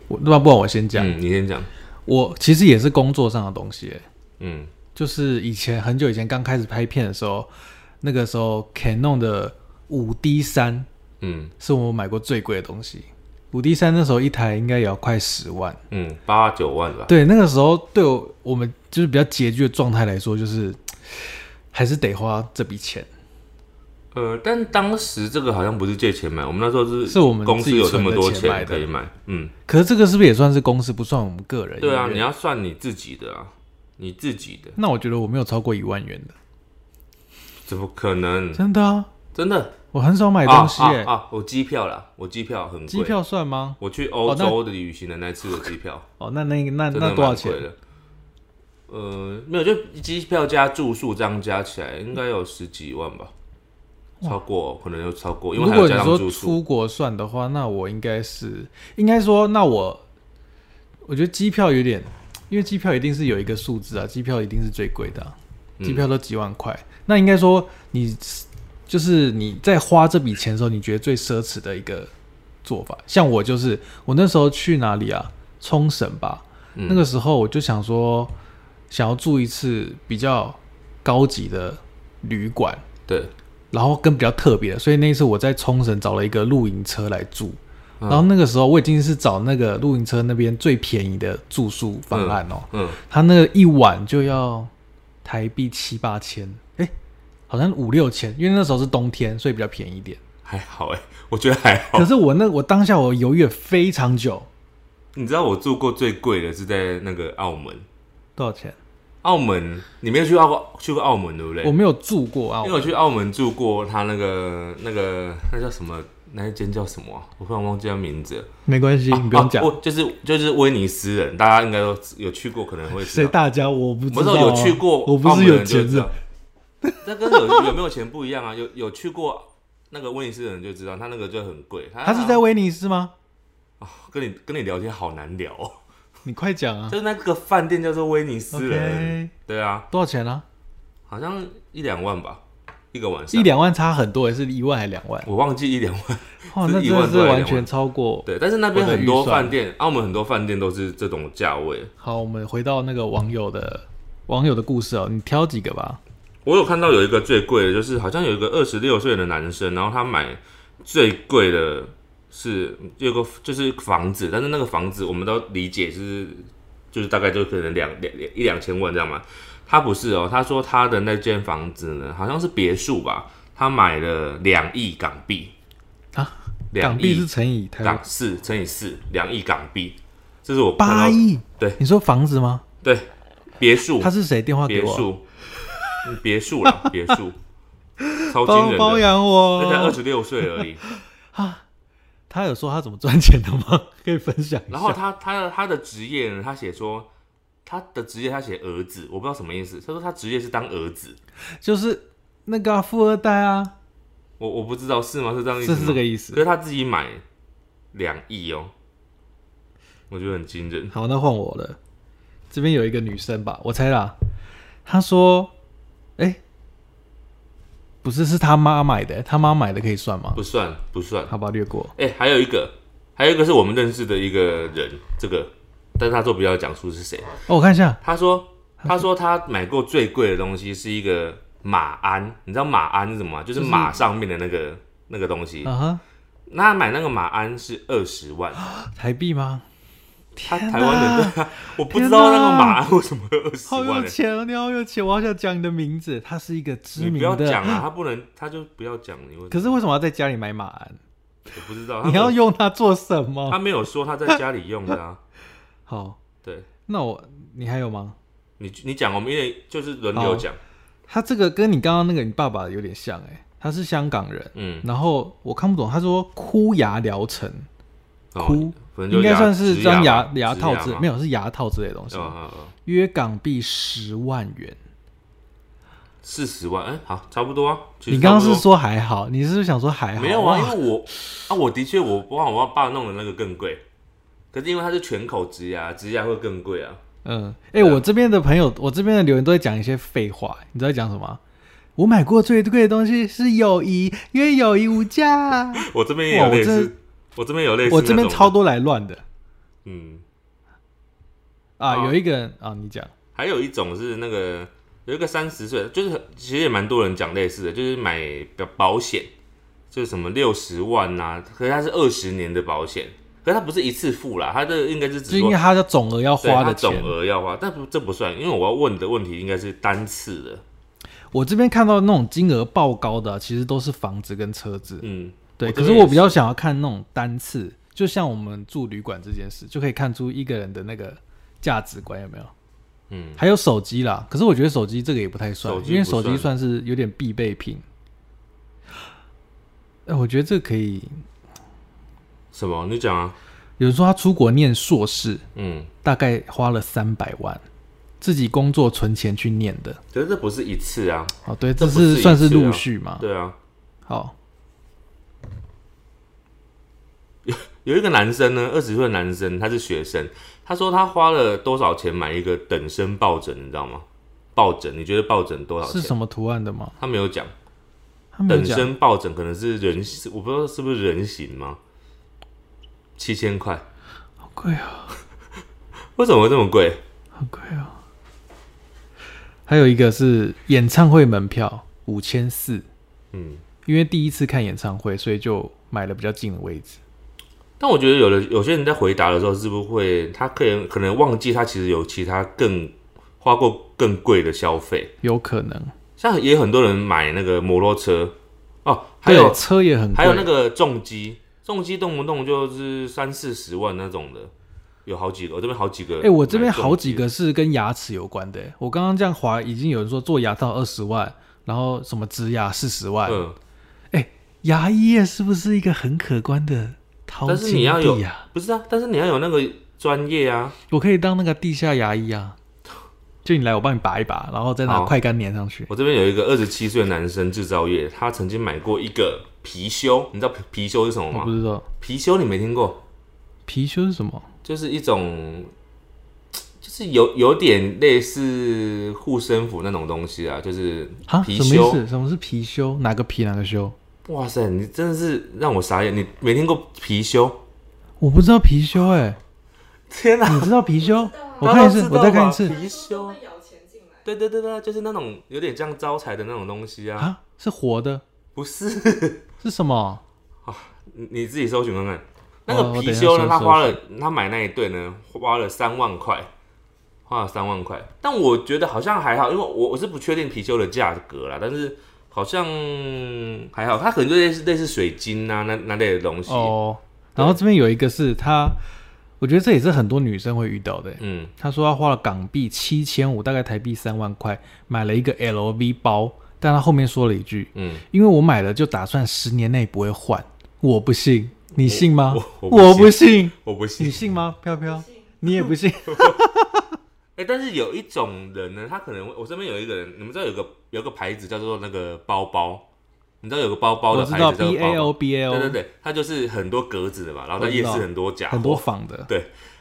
Speaker 1: 我那不然我先讲，
Speaker 2: 嗯，你先讲，
Speaker 1: 我其实也是工作上的东西欸，
Speaker 2: 嗯，
Speaker 1: 就是以前很久以前刚开始拍片的时候，那个时候 Canon 的五 D 三
Speaker 2: 嗯
Speaker 1: 是我买过最贵的东西。五 D 三那时候一台应该也要快十万，
Speaker 2: 嗯，八九万吧，
Speaker 1: 对，那个时候对我我们就是比较拮据的状态来说，就是还是得花这笔钱。
Speaker 2: 呃，但当时这个好像不是借钱买，我们那时候是
Speaker 1: 是我们
Speaker 2: 公司有这么多
Speaker 1: 自己存的钱买的
Speaker 2: 可以买，嗯，
Speaker 1: 可是这个是不是也算是公司，不算我们个人？
Speaker 2: 对啊，
Speaker 1: 因为
Speaker 2: 你要算你自己的啊，你自己的，
Speaker 1: 那我觉得我没有超过一万元的，
Speaker 2: 怎么可能？
Speaker 1: 真的啊，
Speaker 2: 真的
Speaker 1: 我很少买东西
Speaker 2: 啊
Speaker 1: 耶、
Speaker 2: 啊啊！我机票啦，我机票很贵，
Speaker 1: 机票算吗？
Speaker 2: 我去欧
Speaker 1: 哦那
Speaker 2: 洲的旅行的那次的机票，
Speaker 1: 哦，那那那
Speaker 2: 真的
Speaker 1: 那
Speaker 2: 蛮
Speaker 1: 多少
Speaker 2: 贵
Speaker 1: 钱？
Speaker 2: 的？呃，没有，就机票加住宿这样加起来，应该有十几万吧，超过可能有超过，因为
Speaker 1: 如
Speaker 2: 还
Speaker 1: 果
Speaker 2: 有
Speaker 1: 你
Speaker 2: 加上
Speaker 1: 说
Speaker 2: 住宿。
Speaker 1: 出国算的话，那我应该是应该说，那我我觉得机票有点，因为机票一定是有一个数字啊，机票一定是最贵的啊、
Speaker 2: 嗯
Speaker 1: 机票都几万块。那应该说你就是你在花这笔钱的时候，你觉得最奢侈的一个做法。像我就是，我那时候去哪里啊？冲绳吧，
Speaker 2: 嗯
Speaker 1: 那个时候我就想说，想要住一次比较高级的旅馆，
Speaker 2: 对，
Speaker 1: 然后跟比较特别的，所以那一次我在冲绳找了一个露营车来住，
Speaker 2: 嗯
Speaker 1: 然后那个时候我已经是找那个露营车那边最便宜的住宿方案哦、
Speaker 2: 嗯， (laughs)
Speaker 1: 他那个一晚就要台币七八千，哎、好像五六千，因为那时候是冬天，所以比较便宜一点。
Speaker 2: 还好哎、 (laughs) 我觉得还好
Speaker 1: 可。是我那我当下我犹豫了非常久，
Speaker 2: 你知道我住过最贵的是在那个澳门，
Speaker 1: 多少钱？
Speaker 2: 澳门你没有去澳过去过澳门对不对？
Speaker 1: 我没有住过啊
Speaker 2: 因为，我去澳门住过他那个那个那叫什么那一间叫什么啊、我突然忘记他名字了。
Speaker 1: 没关系，你不
Speaker 2: 啊
Speaker 1: 用讲
Speaker 2: 我。就是就是威尼斯人，大家应该都有去过，可能会知
Speaker 1: 谁
Speaker 2: 道。
Speaker 1: 大家我不知
Speaker 2: 啊我
Speaker 1: 道
Speaker 2: 那时
Speaker 1: 啊、
Speaker 2: 候有去过，
Speaker 1: 我不是有钱啊人
Speaker 2: 人。那跟有有没有钱不一样啊？有有去过那个威尼斯的人就知道，他那个就很贵。他
Speaker 1: 他是在威尼斯吗？
Speaker 2: 跟你跟你聊天好难聊哦，
Speaker 1: 你快讲啊
Speaker 2: 就是那个饭店叫做威尼斯人，
Speaker 1: ！OK，
Speaker 2: 对啊，
Speaker 1: 多少钱啊？
Speaker 2: 好像一两万吧，一个晚上
Speaker 1: 一，两万差很多，也是一万还两万？
Speaker 2: 我忘记一两万。
Speaker 1: 哇，
Speaker 2: 是
Speaker 1: 那
Speaker 2: 一
Speaker 1: 真
Speaker 2: 万
Speaker 1: 的是
Speaker 2: 多还
Speaker 1: 完
Speaker 2: 两
Speaker 1: 全
Speaker 2: 万
Speaker 1: 超过。
Speaker 2: 对，但是那边很
Speaker 1: 我
Speaker 2: 多
Speaker 1: 的预算
Speaker 2: 饭店，澳门很多饭店都是这种价位。
Speaker 1: 好，我们回到那个网友的网友的故事哦，你挑几个吧。
Speaker 2: 我有看到有一个最贵的，就是好像有一个二十六岁的男生，然后他买最贵的是有个就是房子，但是那个房子我们都理解就是就是大概就可能两两两一两千万这样嘛。他不是哦，他说他的那间房子呢，好像是别墅吧，他买了两亿港币
Speaker 1: 啊，
Speaker 2: 两
Speaker 1: 港币是
Speaker 2: 亿
Speaker 1: 乘以台
Speaker 2: 港
Speaker 1: 湾
Speaker 2: 四乘以四，两亿港币，这是我看
Speaker 1: 八
Speaker 2: 到
Speaker 1: 亿，
Speaker 2: 对
Speaker 1: 你说房子吗？
Speaker 2: 对别墅
Speaker 1: 他是谁电话给
Speaker 2: 别
Speaker 1: 我？
Speaker 2: 墅，嗯别墅
Speaker 1: (laughs)
Speaker 2: 了，别墅，超惊
Speaker 1: 包
Speaker 2: 人
Speaker 1: 包
Speaker 2: 的，
Speaker 1: 养
Speaker 2: 那才 (laughs) 二
Speaker 1: 我。
Speaker 2: 十六岁而已。
Speaker 1: 他有说他怎么赚钱的吗？ (laughs) 可以分享一
Speaker 2: 然后
Speaker 1: 下。
Speaker 2: 他他的他的职业呢，他写说他的职业他写儿子，我不知道什么意思。他说他职业是当儿子，
Speaker 1: 就是那个啊富二代啊，
Speaker 2: 我我不知道是吗？是这样意思
Speaker 1: 这
Speaker 2: 吗？
Speaker 1: 是这个意
Speaker 2: 可
Speaker 1: 思。
Speaker 2: 是他自己买两亿哦，我觉得很惊人。
Speaker 1: 好，那换我了。这边有一个女生吧，我猜啦。她说：“哎、不是，是她妈买的，她妈买的可以算吗
Speaker 2: 不算不算？”，
Speaker 1: 好吧，略过。
Speaker 2: 哎、还有一个，还有一个是我们认识的一个人，这个，但是他都不要讲出是谁。
Speaker 1: 哦，我看一下，
Speaker 2: 他说，他说他买过最贵的东西是一个马鞍，你知道马鞍是什么吗？就是
Speaker 1: 就是
Speaker 2: 马上面的那个那个东西。
Speaker 1: 啊哈，
Speaker 2: 那他买那个马鞍是二十万，
Speaker 1: 台币吗？
Speaker 2: 他
Speaker 1: 哦天
Speaker 2: 台湾人
Speaker 1: 哪
Speaker 2: 对啊， (laughs) 我不知道那个马鞍为什么二十
Speaker 1: 好
Speaker 2: 万、
Speaker 1: 有
Speaker 2: 呢？
Speaker 1: 钱哦，你好有钱！我好想讲你的名字，他是一个知
Speaker 2: 你
Speaker 1: 名
Speaker 2: 不要
Speaker 1: 的。
Speaker 2: 讲啊，他不能，他就不要讲。你为
Speaker 1: 可是为什么要在家里买马鞍？
Speaker 2: 我不知道，他
Speaker 1: 你
Speaker 2: 没有
Speaker 1: 要用它做什么
Speaker 2: 他？没有说他在家里用的啊。 (laughs)
Speaker 1: 好，
Speaker 2: 对
Speaker 1: 那我你还有吗？
Speaker 2: 你你讲，我们一人就是轮流
Speaker 1: (laughs)
Speaker 2: 讲。
Speaker 1: 他这个跟你刚刚那个你爸爸有点像哎、他是香港人，
Speaker 2: 嗯，
Speaker 1: 然后我看不懂，他说枯牙疗程，
Speaker 2: 哦
Speaker 1: 哭
Speaker 2: 反正就
Speaker 1: 应该
Speaker 2: 牙
Speaker 1: 算是
Speaker 2: 植
Speaker 1: 张
Speaker 2: 牙
Speaker 1: 牙
Speaker 2: 嘛
Speaker 1: 牙
Speaker 2: 植
Speaker 1: 套之
Speaker 2: 嘛
Speaker 1: 没有是牙套之类的东西
Speaker 2: 嗯，嗯嗯，
Speaker 1: 约港币十万元。
Speaker 2: 四十万，哎、好，差不多啊。其实
Speaker 1: 你刚刚
Speaker 2: 差不
Speaker 1: 是
Speaker 2: 多
Speaker 1: 说还好，你是不是想说还好？
Speaker 2: 没有
Speaker 1: 哇
Speaker 2: 啊，因为我啊，我的确我帮我爸弄的那个更贵，可是因为它是全口植牙，植牙会更贵啊。
Speaker 1: 嗯，哎、
Speaker 2: 对啊
Speaker 1: 我这边的朋友，我这边的留言都在讲一些废话，你知道在讲什么？我买过最贵的东西是友谊，因为友谊无价。
Speaker 2: 我这边也
Speaker 1: 哇
Speaker 2: 有
Speaker 1: 我
Speaker 2: 类
Speaker 1: 真
Speaker 2: 似，我这边有类似，
Speaker 1: 我这边超，多来乱的
Speaker 2: 嗯，
Speaker 1: 啊！
Speaker 2: 好
Speaker 1: 有一个人啊，你讲
Speaker 2: 还有一种是那个有一个三十岁，就是很其实也蛮多人讲类似的，就是买保保险，就是什么六十万呐、可是它是二十年的保险，可是它不是一次付啦，它这应该
Speaker 1: 就
Speaker 2: 是只
Speaker 1: 应
Speaker 2: 说
Speaker 1: 该他的总额要
Speaker 2: 对
Speaker 1: 花
Speaker 2: 它
Speaker 1: 的钱。
Speaker 2: 总额要花，但不这不算，因为我要问的问题应该是单次的，
Speaker 1: 我这边看到那种金额爆高的啊、其实都是房子跟车子。
Speaker 2: 嗯，
Speaker 1: 对，
Speaker 2: 我
Speaker 1: 可
Speaker 2: 这
Speaker 1: 是
Speaker 2: 边
Speaker 1: 我
Speaker 2: 也
Speaker 1: 比较想要看那种单次，就像我们住旅馆这件事，就可以看出一个人的那个价值观有没有。
Speaker 2: 嗯，
Speaker 1: 还有手机啦，可是我觉得手机这个也不太算
Speaker 2: 手，机
Speaker 1: 因为
Speaker 2: 不
Speaker 1: 手机算
Speaker 2: 算
Speaker 1: 是有点必备品。哎、我觉得这可以。
Speaker 2: 什么？你讲啊，
Speaker 1: 有人说他出国念硕士，
Speaker 2: 嗯。
Speaker 1: 大概花了三百万，自己工作存钱去念的。
Speaker 2: 可是这不是一次啊，
Speaker 1: 哦，对，
Speaker 2: 这
Speaker 1: 这
Speaker 2: 不是
Speaker 1: 是
Speaker 2: 一
Speaker 1: 算是
Speaker 2: 次
Speaker 1: 陆
Speaker 2: 啊
Speaker 1: 续嘛。
Speaker 2: 对啊，
Speaker 1: 好，
Speaker 2: 有一个男生呢，二十岁的男生，他是学生，他说他花了多少钱买一个等身抱枕，你知道吗？抱枕，你觉得抱枕多少
Speaker 1: 是
Speaker 2: 钱？
Speaker 1: 什么图案的吗？
Speaker 2: 他没有讲，
Speaker 1: 他没有
Speaker 2: 等
Speaker 1: 讲。
Speaker 2: 身抱枕可能是人，我不知道是不是人形吗？七千块，
Speaker 1: 好贵啊，
Speaker 2: 为什么会这么贵？
Speaker 1: 哦好贵啊！还有一个是演唱会门票，五千四，
Speaker 2: 嗯，
Speaker 1: 因为第一次看演唱会，所以就买了比较近的位置。
Speaker 2: 但我觉得有的有些人在回答的时候，是不是会他可能可能忘记他其实有其他更花过更贵的消费，
Speaker 1: 有可能，
Speaker 2: 像也有很多人买那个摩托车哦，还
Speaker 1: 对，
Speaker 2: 有
Speaker 1: 车也很贵，
Speaker 2: 还有那个重机，重机动不动就是三四十万那种的，有好几个，我这边好几个。
Speaker 1: 哎、我这边好几，
Speaker 2: 嗯
Speaker 1: 个是跟牙齿有关的欸、我刚刚这样划，已经有人说做牙套二十万，然后什么植牙四十万，
Speaker 2: 嗯，
Speaker 1: 牙医业是不是一个很可观的淘
Speaker 2: 但是你
Speaker 1: 金
Speaker 2: 要有
Speaker 1: 地啊？
Speaker 2: 不是啊，但是你要有那个专业啊，
Speaker 1: 我可以当那个地下牙医啊，就你来，我帮你拔一拔，然后再拿
Speaker 2: 好
Speaker 1: 快干粘上去。
Speaker 2: 我这边有一个二十七岁的男生制造业，他曾经买过一个貔貅，你知道貔貔貅是什么
Speaker 1: 我不
Speaker 2: 吗？
Speaker 1: 知道
Speaker 2: 貔貅你没听过，
Speaker 1: 貔貅是什么，
Speaker 2: 就是一种，就是有有点类似护身符那种东西啊，就是
Speaker 1: 啊，
Speaker 2: 貔
Speaker 1: 什么意
Speaker 2: 貅。
Speaker 1: 思？什么是貔貅？哪个貔哪个貅？
Speaker 2: 哇塞，你真的是让我傻眼，你没听过貔貅？
Speaker 1: 我不知道貔貅、
Speaker 2: 哎
Speaker 1: 欸，
Speaker 2: 天哪、
Speaker 1: 哎， (laughs) 你知道貔貅？我
Speaker 2: 大
Speaker 1: 看一
Speaker 2: 家
Speaker 1: 次，
Speaker 2: 知道
Speaker 1: 我再看
Speaker 2: 吧
Speaker 1: 一次
Speaker 2: 貔貅，
Speaker 3: 会咬钱进来。
Speaker 2: 对对对对，就是那种有点像招财的那种东西啊，
Speaker 1: 啊，是活的，
Speaker 2: 不是？ (laughs)
Speaker 1: 是什么？
Speaker 2: 你你自己搜寻看看。那个
Speaker 1: 哦我等
Speaker 2: 貔
Speaker 1: 一下
Speaker 2: 貅呢
Speaker 1: 搜，
Speaker 2: 他
Speaker 1: 搜
Speaker 2: 花了，他买那一对呢，花了三万块，花了三万块。但我觉得好像还好，因为我我是不确定貔貅的价格啦，但是好像还好，它可能就类似类似水晶啊那那类的东西。
Speaker 1: 哦，然后这边有一个是她，我觉得这也是很多女生会遇到的欸。
Speaker 2: 嗯，
Speaker 1: 她说她花了港币七千五，大概台币三万块，买了一个 LV 包，但她后面说了一句
Speaker 2: 嗯，
Speaker 1: 因为我买了就打算十年内不会换，我不信，你信吗？
Speaker 2: 我我
Speaker 1: 我
Speaker 2: 我不
Speaker 1: 信，
Speaker 2: 我不
Speaker 1: 你
Speaker 2: 信。
Speaker 1: 信吗？飘飘
Speaker 3: 不信，
Speaker 1: 你也不信，
Speaker 2: 哎、但是有一种人呢，他可能会我身边有一个人，你们知道有个有个牌子叫做那个包包，你知道有个包包
Speaker 1: 我
Speaker 2: 的
Speaker 1: 知
Speaker 2: 牌
Speaker 1: 道
Speaker 2: 子叫
Speaker 1: B
Speaker 2: 做
Speaker 1: A
Speaker 2: 包
Speaker 1: O
Speaker 2: 包，
Speaker 1: B A
Speaker 2: 对对
Speaker 1: O，
Speaker 2: 对，它就是很多格子的嘛，然后在
Speaker 1: 我
Speaker 2: 夜
Speaker 1: 知道
Speaker 2: 市很多假货
Speaker 1: 很多仿的，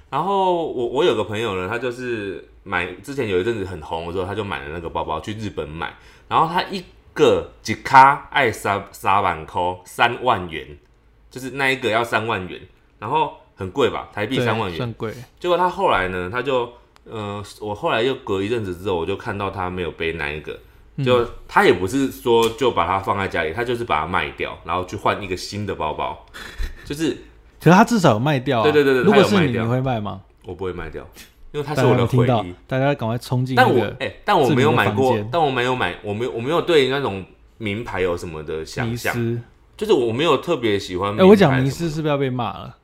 Speaker 2: 然后我我有个朋友呢，他就是买之前有一阵子很红的时候，他就买了那个包包去日本买，然后他一个吉卡爱三三万块三万元，就是那一个要三万元，然后很贵吧，台币
Speaker 1: 对
Speaker 2: 三万元。
Speaker 1: 算贵。
Speaker 2: 结果他后来呢，他就呃，我后来又隔一阵子之后，我就看到他没有背那一个，
Speaker 1: 嗯
Speaker 2: 就、他也不是说就把它放在家里，他就是把它卖掉，然后去换一个新的包
Speaker 1: (laughs)
Speaker 2: 包，就是
Speaker 1: 可是他至少有卖掉啊。
Speaker 2: 对对对对
Speaker 1: 如果
Speaker 2: 她有
Speaker 1: 是
Speaker 2: 卖
Speaker 1: 你，你
Speaker 2: 掉
Speaker 1: 会卖吗？
Speaker 2: 我不会卖掉，因为它
Speaker 1: 大
Speaker 2: 是
Speaker 1: 家
Speaker 2: 我
Speaker 1: 有没
Speaker 2: 的
Speaker 1: 有听
Speaker 2: 回
Speaker 1: 到
Speaker 2: 忆。，
Speaker 1: 大家赶快冲进那
Speaker 2: 但我哎
Speaker 1: 个、
Speaker 2: 但我没有买
Speaker 1: 自己
Speaker 2: 过
Speaker 1: 的房间，
Speaker 2: 但我没有买，我没有我没有对那种名牌有什么的想
Speaker 1: 迷
Speaker 2: 象，
Speaker 1: 失。
Speaker 2: 就是我没有特别喜欢。
Speaker 1: 哎，我讲迷
Speaker 2: 失，
Speaker 1: 失是不是要被骂了？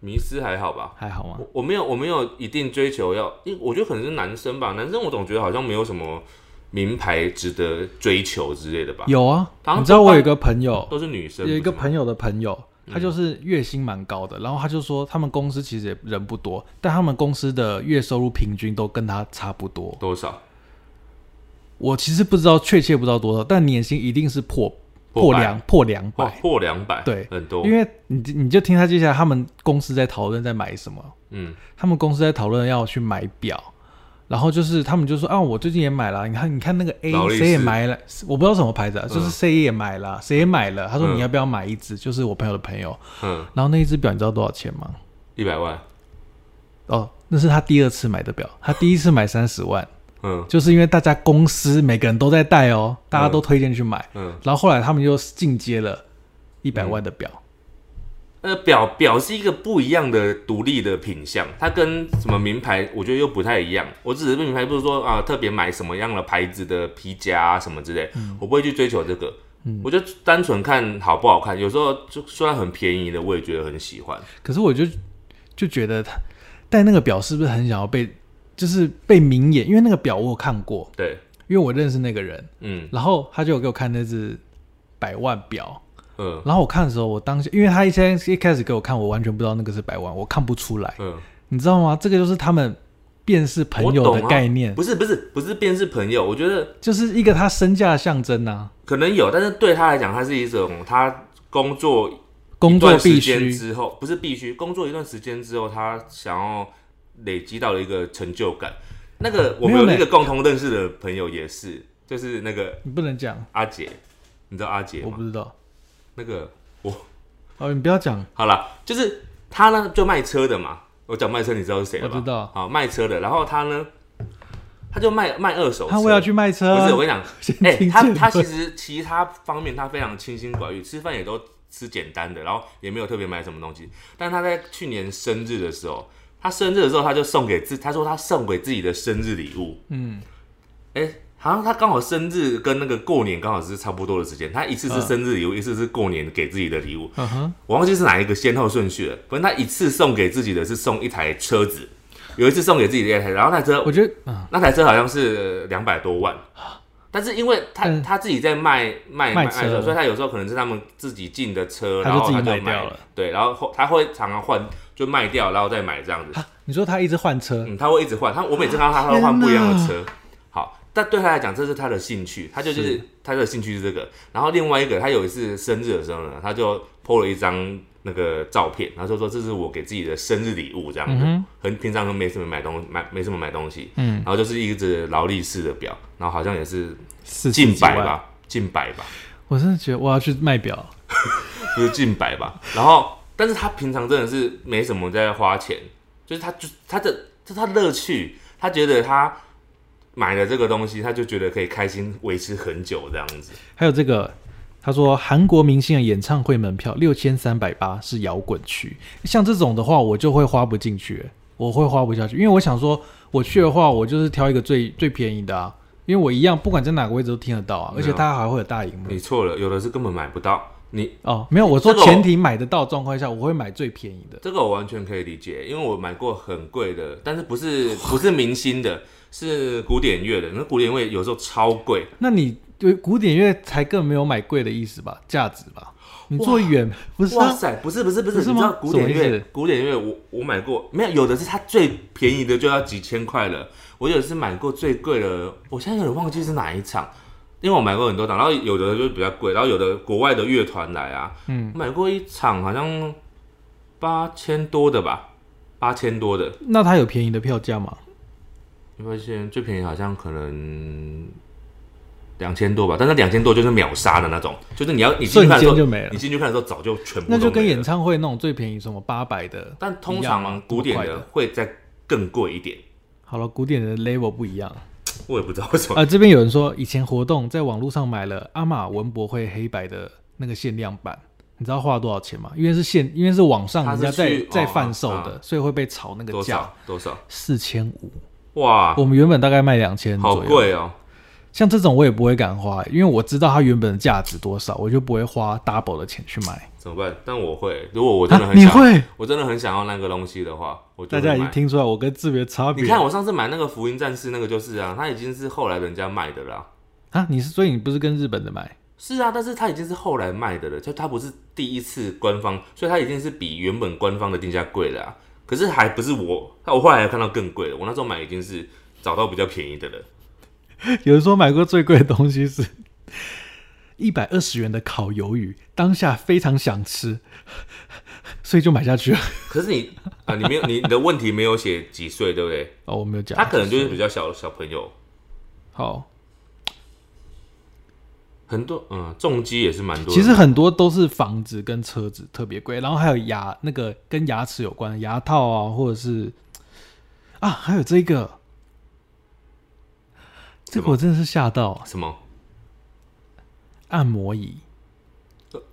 Speaker 2: 迷失还好吧？
Speaker 1: 还好吗？
Speaker 2: 我我没有我没有一定追求要，因为我觉得可能是男生吧，男生我总觉得好像没有什么名牌值得追求之类的吧，
Speaker 1: 有啊
Speaker 2: 好，像
Speaker 1: 你知道我有一个朋友，
Speaker 2: 都是女生。
Speaker 1: 有一个朋
Speaker 2: 友，
Speaker 1: 友的朋友，
Speaker 2: 嗯
Speaker 1: 他就是月薪蛮高的，然后他就说他们公司其实也人不多，但他们公司的月收入平均都跟他差不多。
Speaker 2: 多少
Speaker 1: 我其实不知道确切不知道多少，但年薪一定是破
Speaker 2: 破百
Speaker 1: 两破两
Speaker 2: 哇
Speaker 1: 百，
Speaker 2: 破两百，
Speaker 1: 哎对
Speaker 2: 很多
Speaker 1: 因。为你你就听他接下来他们公司在讨论在买什么，
Speaker 2: 嗯，
Speaker 1: 他们公司在讨论要去买表，然后就是他们就说啊，我最近也买了，你看你看那个 A
Speaker 2: 劳力士
Speaker 1: 谁也买了，我不知道什么牌子、啊，
Speaker 2: 嗯
Speaker 1: 就是 C 也买了，谁也买了。他说
Speaker 2: 嗯
Speaker 1: 你要不要买一只？就是我朋友的朋友，
Speaker 2: 嗯，
Speaker 1: 然后那一只表你知道多少钱吗？
Speaker 2: 一百万，
Speaker 1: 哦，那是他第二次买的表，他第一次买三十万， (laughs)
Speaker 2: 嗯
Speaker 1: 就是因为大家公司每个人都在戴哦，大家都推荐去买，
Speaker 2: 嗯，
Speaker 1: 然后后来他们就进阶了一百万的表，
Speaker 2: 呃，表表是一个不一样的独立的品相，它跟什么名牌我觉得又不太一样。我只是名牌不是说啊、特别买什么样的牌子的皮夹啊什么之类，我不会去追求这个。我就单纯看好不好看，有时候就虽然很便宜的，我也觉得很喜欢。
Speaker 1: 可是我就就觉得他戴那个表是不是很想要被就是被明眼？因为那个表我有看过，
Speaker 2: 对，
Speaker 1: 因为我认识那个人，
Speaker 2: 嗯
Speaker 1: 然后他就有给我看那只百万表，
Speaker 2: 嗯
Speaker 1: 然后我看的时候，我当时因为他一先一开始给我看，我完全不知道那个是百万，我看不出来，
Speaker 2: 嗯，
Speaker 1: 你知道吗？这个就是他们辨识朋友
Speaker 2: 我
Speaker 1: 的
Speaker 2: 懂啊
Speaker 1: 概念，
Speaker 2: 不是不是不是便是朋友，我觉得
Speaker 1: 就是一个他身价的象征啊，
Speaker 2: 可能有，但是对他来讲，他是一种他工作
Speaker 1: 工
Speaker 2: 一
Speaker 1: 作
Speaker 2: 段时
Speaker 1: 必
Speaker 2: 间
Speaker 1: 须。
Speaker 2: 之后，不是必须工作一段时间之后，他想要累积到了一个成就感。那个我
Speaker 1: 啊没
Speaker 2: 们
Speaker 1: 有
Speaker 2: 有
Speaker 1: 嘞
Speaker 2: 一个共同认识的朋友也是，就是那个
Speaker 1: 你不能讲，
Speaker 2: 阿杰，你知道阿杰
Speaker 1: 我
Speaker 2: 吗
Speaker 1: 不？知道。
Speaker 2: 那个我
Speaker 1: 哦，你不要讲，
Speaker 2: 好了，就是他呢就卖车的嘛，我讲卖车你知道是谁了吧？
Speaker 1: 我知道
Speaker 2: 好卖车的，然后他呢，他就卖卖二手车，
Speaker 1: 他为了去卖车，啊
Speaker 2: 不是我跟你讲，
Speaker 1: 先
Speaker 2: 哎、
Speaker 1: 听
Speaker 2: 他
Speaker 1: 见
Speaker 2: 他
Speaker 1: 闻
Speaker 2: 其实其他方面他非常清心寡欲，吃饭也都吃简单的，然后也没有特别买什么东西。但他在去年生日的时候，他生日的时候他就送给自，他说他送给自己的生日礼物，
Speaker 1: 嗯，
Speaker 2: 哎、好像他刚好生日跟那个过年刚好是差不多的时间，他一次是生日礼物，一次是过年给自己的礼物，
Speaker 1: 嗯哼，
Speaker 2: 我忘记是哪一个先后顺序了。反正他一次送给自己的是送一台车子，有一次送给自己的一台，然后那台车
Speaker 1: 我觉得，嗯，
Speaker 2: 那台车好像是两百多万，但是因为他、
Speaker 1: 嗯
Speaker 2: 他自己在卖卖
Speaker 1: 卖
Speaker 2: 卖
Speaker 1: 车
Speaker 2: 所以他有时候可能是他们自己进的车，
Speaker 1: 他
Speaker 2: 然
Speaker 1: 就
Speaker 2: 后
Speaker 1: 自己
Speaker 2: 他
Speaker 1: 卖
Speaker 2: 就
Speaker 1: 掉
Speaker 2: 买
Speaker 1: 了，
Speaker 2: 对，然后后他会常常换，就卖掉然后再买这样子，
Speaker 1: 你说他一直换车，
Speaker 2: 嗯，他会一直换，他我每次看到他他会换不一样的车，好，但对他来讲这是他的兴趣，他就是
Speaker 1: 是
Speaker 2: 他的兴趣是这个，然后另外一个他有一次生日的时候呢，他就 PO 了一张。那个照片，然后就说这是我给自己的生日礼物，这样
Speaker 1: 嗯
Speaker 2: 子，
Speaker 1: 哼，
Speaker 2: 很平常都没什么买东买没什么买东西，
Speaker 1: 嗯，
Speaker 2: 然后就是一只劳力士的表，然后好像也是
Speaker 1: 四十
Speaker 2: 近
Speaker 1: 几
Speaker 2: 百
Speaker 1: 万，
Speaker 2: 吧，近百吧，
Speaker 1: 我真的觉得我要去卖表，
Speaker 2: 不是近百吧。然后，但是他平常真的是没什么在花钱，就是他就他的这是他乐趣，他觉得他买了这个东西，他就觉得可以开心维持很久这样子。
Speaker 1: 还有这个。他说，韩国明星的演唱会门票六千三百八是摇滚区，像这种的话，我就会花不进去，我会花不下去，因为我想说，我去的话，我就是挑一个最最便宜的啊，因为我一样不管在哪个位置都听得到啊，而且
Speaker 2: 没有
Speaker 1: 它还会有大荧幕
Speaker 2: 你错了，有的是根本买不到。你
Speaker 1: 哦，没有，我说
Speaker 2: 这个我
Speaker 1: 前提买得到的状况下，我会买最便宜的。
Speaker 2: 这个我完全可以理解，因为我买过很贵的，但是不是不是明星的，是古典乐的。那古典乐有时候超贵，
Speaker 1: 那你对古典乐才更没有买贵的意思吧？价值吧？你坐远不是
Speaker 2: 哇
Speaker 1: 啊？
Speaker 2: 塞，不是不是不是，
Speaker 1: 不是
Speaker 2: 你知道
Speaker 1: 吗
Speaker 2: 古典
Speaker 1: 什么意
Speaker 2: 乐
Speaker 1: 思，
Speaker 2: 古典乐我我买过，没有有的是它最便宜的就要几千块了，我有的是买过最贵的，我现在有点忘记是哪一场，因为我买过很多场，然后有的就比较贵，然后有的国外的乐团来啊，
Speaker 1: 嗯，
Speaker 2: 我买过一场好像八千多的吧，八千多的，
Speaker 1: 那它有便宜的票价吗？
Speaker 2: 因为现在最便宜好像可能。两千多吧，但是两千多就是秒杀的那种，就是你要你进去
Speaker 1: 瞬
Speaker 2: 看的时
Speaker 1: 间
Speaker 2: 候，
Speaker 1: 就没了
Speaker 2: 你。进去看的时候早就全部
Speaker 1: 那就
Speaker 2: 都
Speaker 1: 跟
Speaker 2: 没了
Speaker 1: 演唱会那种最便宜什么八百的，
Speaker 2: 欸但通
Speaker 1: 一样
Speaker 2: 常
Speaker 1: 吗
Speaker 2: 古典
Speaker 1: 这么
Speaker 2: 的会再更贵一点，
Speaker 1: 好了，古典的 level 不一样。
Speaker 2: 我也不知道为什么。
Speaker 1: 啊，这边有人说以前活动在网络上买了阿玛文博会黑白的那个限量版，你知道花了多少钱吗？因为是限，因为是网上人家
Speaker 2: 它是
Speaker 1: 在
Speaker 2: 去
Speaker 1: 在
Speaker 2: 哦
Speaker 1: 贩售
Speaker 2: 啊
Speaker 1: 的，所以会被炒那个
Speaker 2: 多
Speaker 1: 价
Speaker 2: 少多少？
Speaker 1: 四千五。
Speaker 2: 哇，
Speaker 1: 我们原本大概卖两千
Speaker 2: 好
Speaker 1: 左右，
Speaker 2: 贵哦！
Speaker 1: 像这种我也不会敢花、因为我知道它原本的价值多少，我就不会花 double 的钱去买。啊
Speaker 2: 怎么办？但我会，如果我真的很
Speaker 1: 你
Speaker 2: 想，
Speaker 1: 会？
Speaker 2: 我真的很想要那个东西的话，我就
Speaker 1: 大
Speaker 2: 会
Speaker 1: 家已经
Speaker 2: 买。
Speaker 1: 听出来我跟志别差别。
Speaker 2: 你看我上次买那个福音战士，那个就是啊，它已经是后来人家卖的啦、
Speaker 1: 啊，你是所以你不是跟日本的买？
Speaker 2: 是啊，但是它已经是后来卖的了，就它不是第一次官方，所以它已经是比原本官方的定价贵了、啊。可是还不是我，我后来还看到更贵的，我那时候买已经是找到比较便宜的了。
Speaker 1: (laughs) 有人说买过最贵的东西是 (laughs) 一百二十元的烤鱿鱼，当下非常想吃，所以就买下去了。
Speaker 2: 可是你啊，你没有你你的问题没有写几岁，对不对？
Speaker 1: (laughs) 哦，我没有讲，
Speaker 2: 他可能就是比较小小朋友，
Speaker 1: 好。
Speaker 2: 很多嗯，重击也是蛮多的。
Speaker 1: 其实很多都是房子跟车子特别贵，然后还有牙那个跟牙齿有关的牙套啊，或者是啊，还有这个，这个我真的是吓到
Speaker 2: 什么？
Speaker 1: 按摩椅，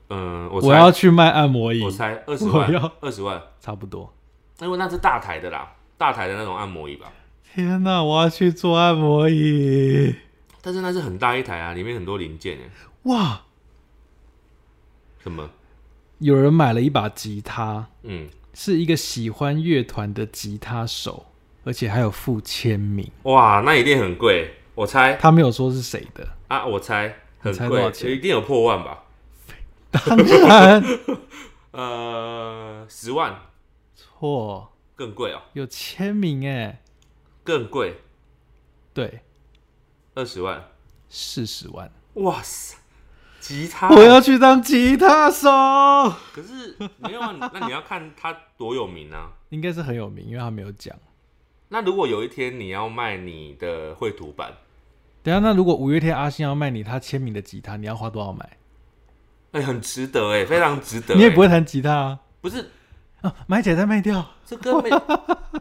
Speaker 2: 嗯，我
Speaker 1: 我
Speaker 2: 猜
Speaker 1: 要去卖按摩椅
Speaker 2: 我，猜二十
Speaker 1: 我
Speaker 2: 万
Speaker 1: 要，
Speaker 2: 二十万，
Speaker 1: 差不多。
Speaker 2: 因为那是大台的啦，大台的那种按摩椅吧。
Speaker 1: 天哪、我要去做按摩椅，
Speaker 2: 但是那是很大一台啊，里面很多零件诶。
Speaker 1: 哇！
Speaker 2: 什么？
Speaker 1: 有人买了一把吉他，
Speaker 2: 嗯，
Speaker 1: 是一个喜欢乐团的吉他手，而且还有附签名，
Speaker 2: 哇，那一定很贵。我猜
Speaker 1: 他没有说是谁的，
Speaker 2: 啊，我猜很
Speaker 1: 你猜多少
Speaker 2: 贵，
Speaker 1: 钱
Speaker 2: 一定有破万吧？
Speaker 1: 当然 (laughs)
Speaker 2: 呃，十万
Speaker 1: 错，
Speaker 2: 更贵哦，
Speaker 1: 有签名哎。
Speaker 2: 更贵，
Speaker 1: 对，
Speaker 2: 二十万。
Speaker 1: 四十万，
Speaker 2: 哇塞，吉他
Speaker 1: 我要去当吉他手，
Speaker 2: 可是没有啊，那你 (laughs) 要看他多有名啊。
Speaker 1: 应该是很有名，因为他没有讲。
Speaker 2: 那如果有一天你要卖你的绘图板，
Speaker 1: 等一下，那如果五月天阿信要卖你他签名的吉他，你要花多少买？
Speaker 2: 哎、很值得哎、非常值得、
Speaker 1: 你也不
Speaker 2: 会
Speaker 1: 会弹吉他啊？
Speaker 2: 不是
Speaker 1: 啊，买起来再卖掉，
Speaker 2: 这跟
Speaker 1: (laughs)
Speaker 2: 没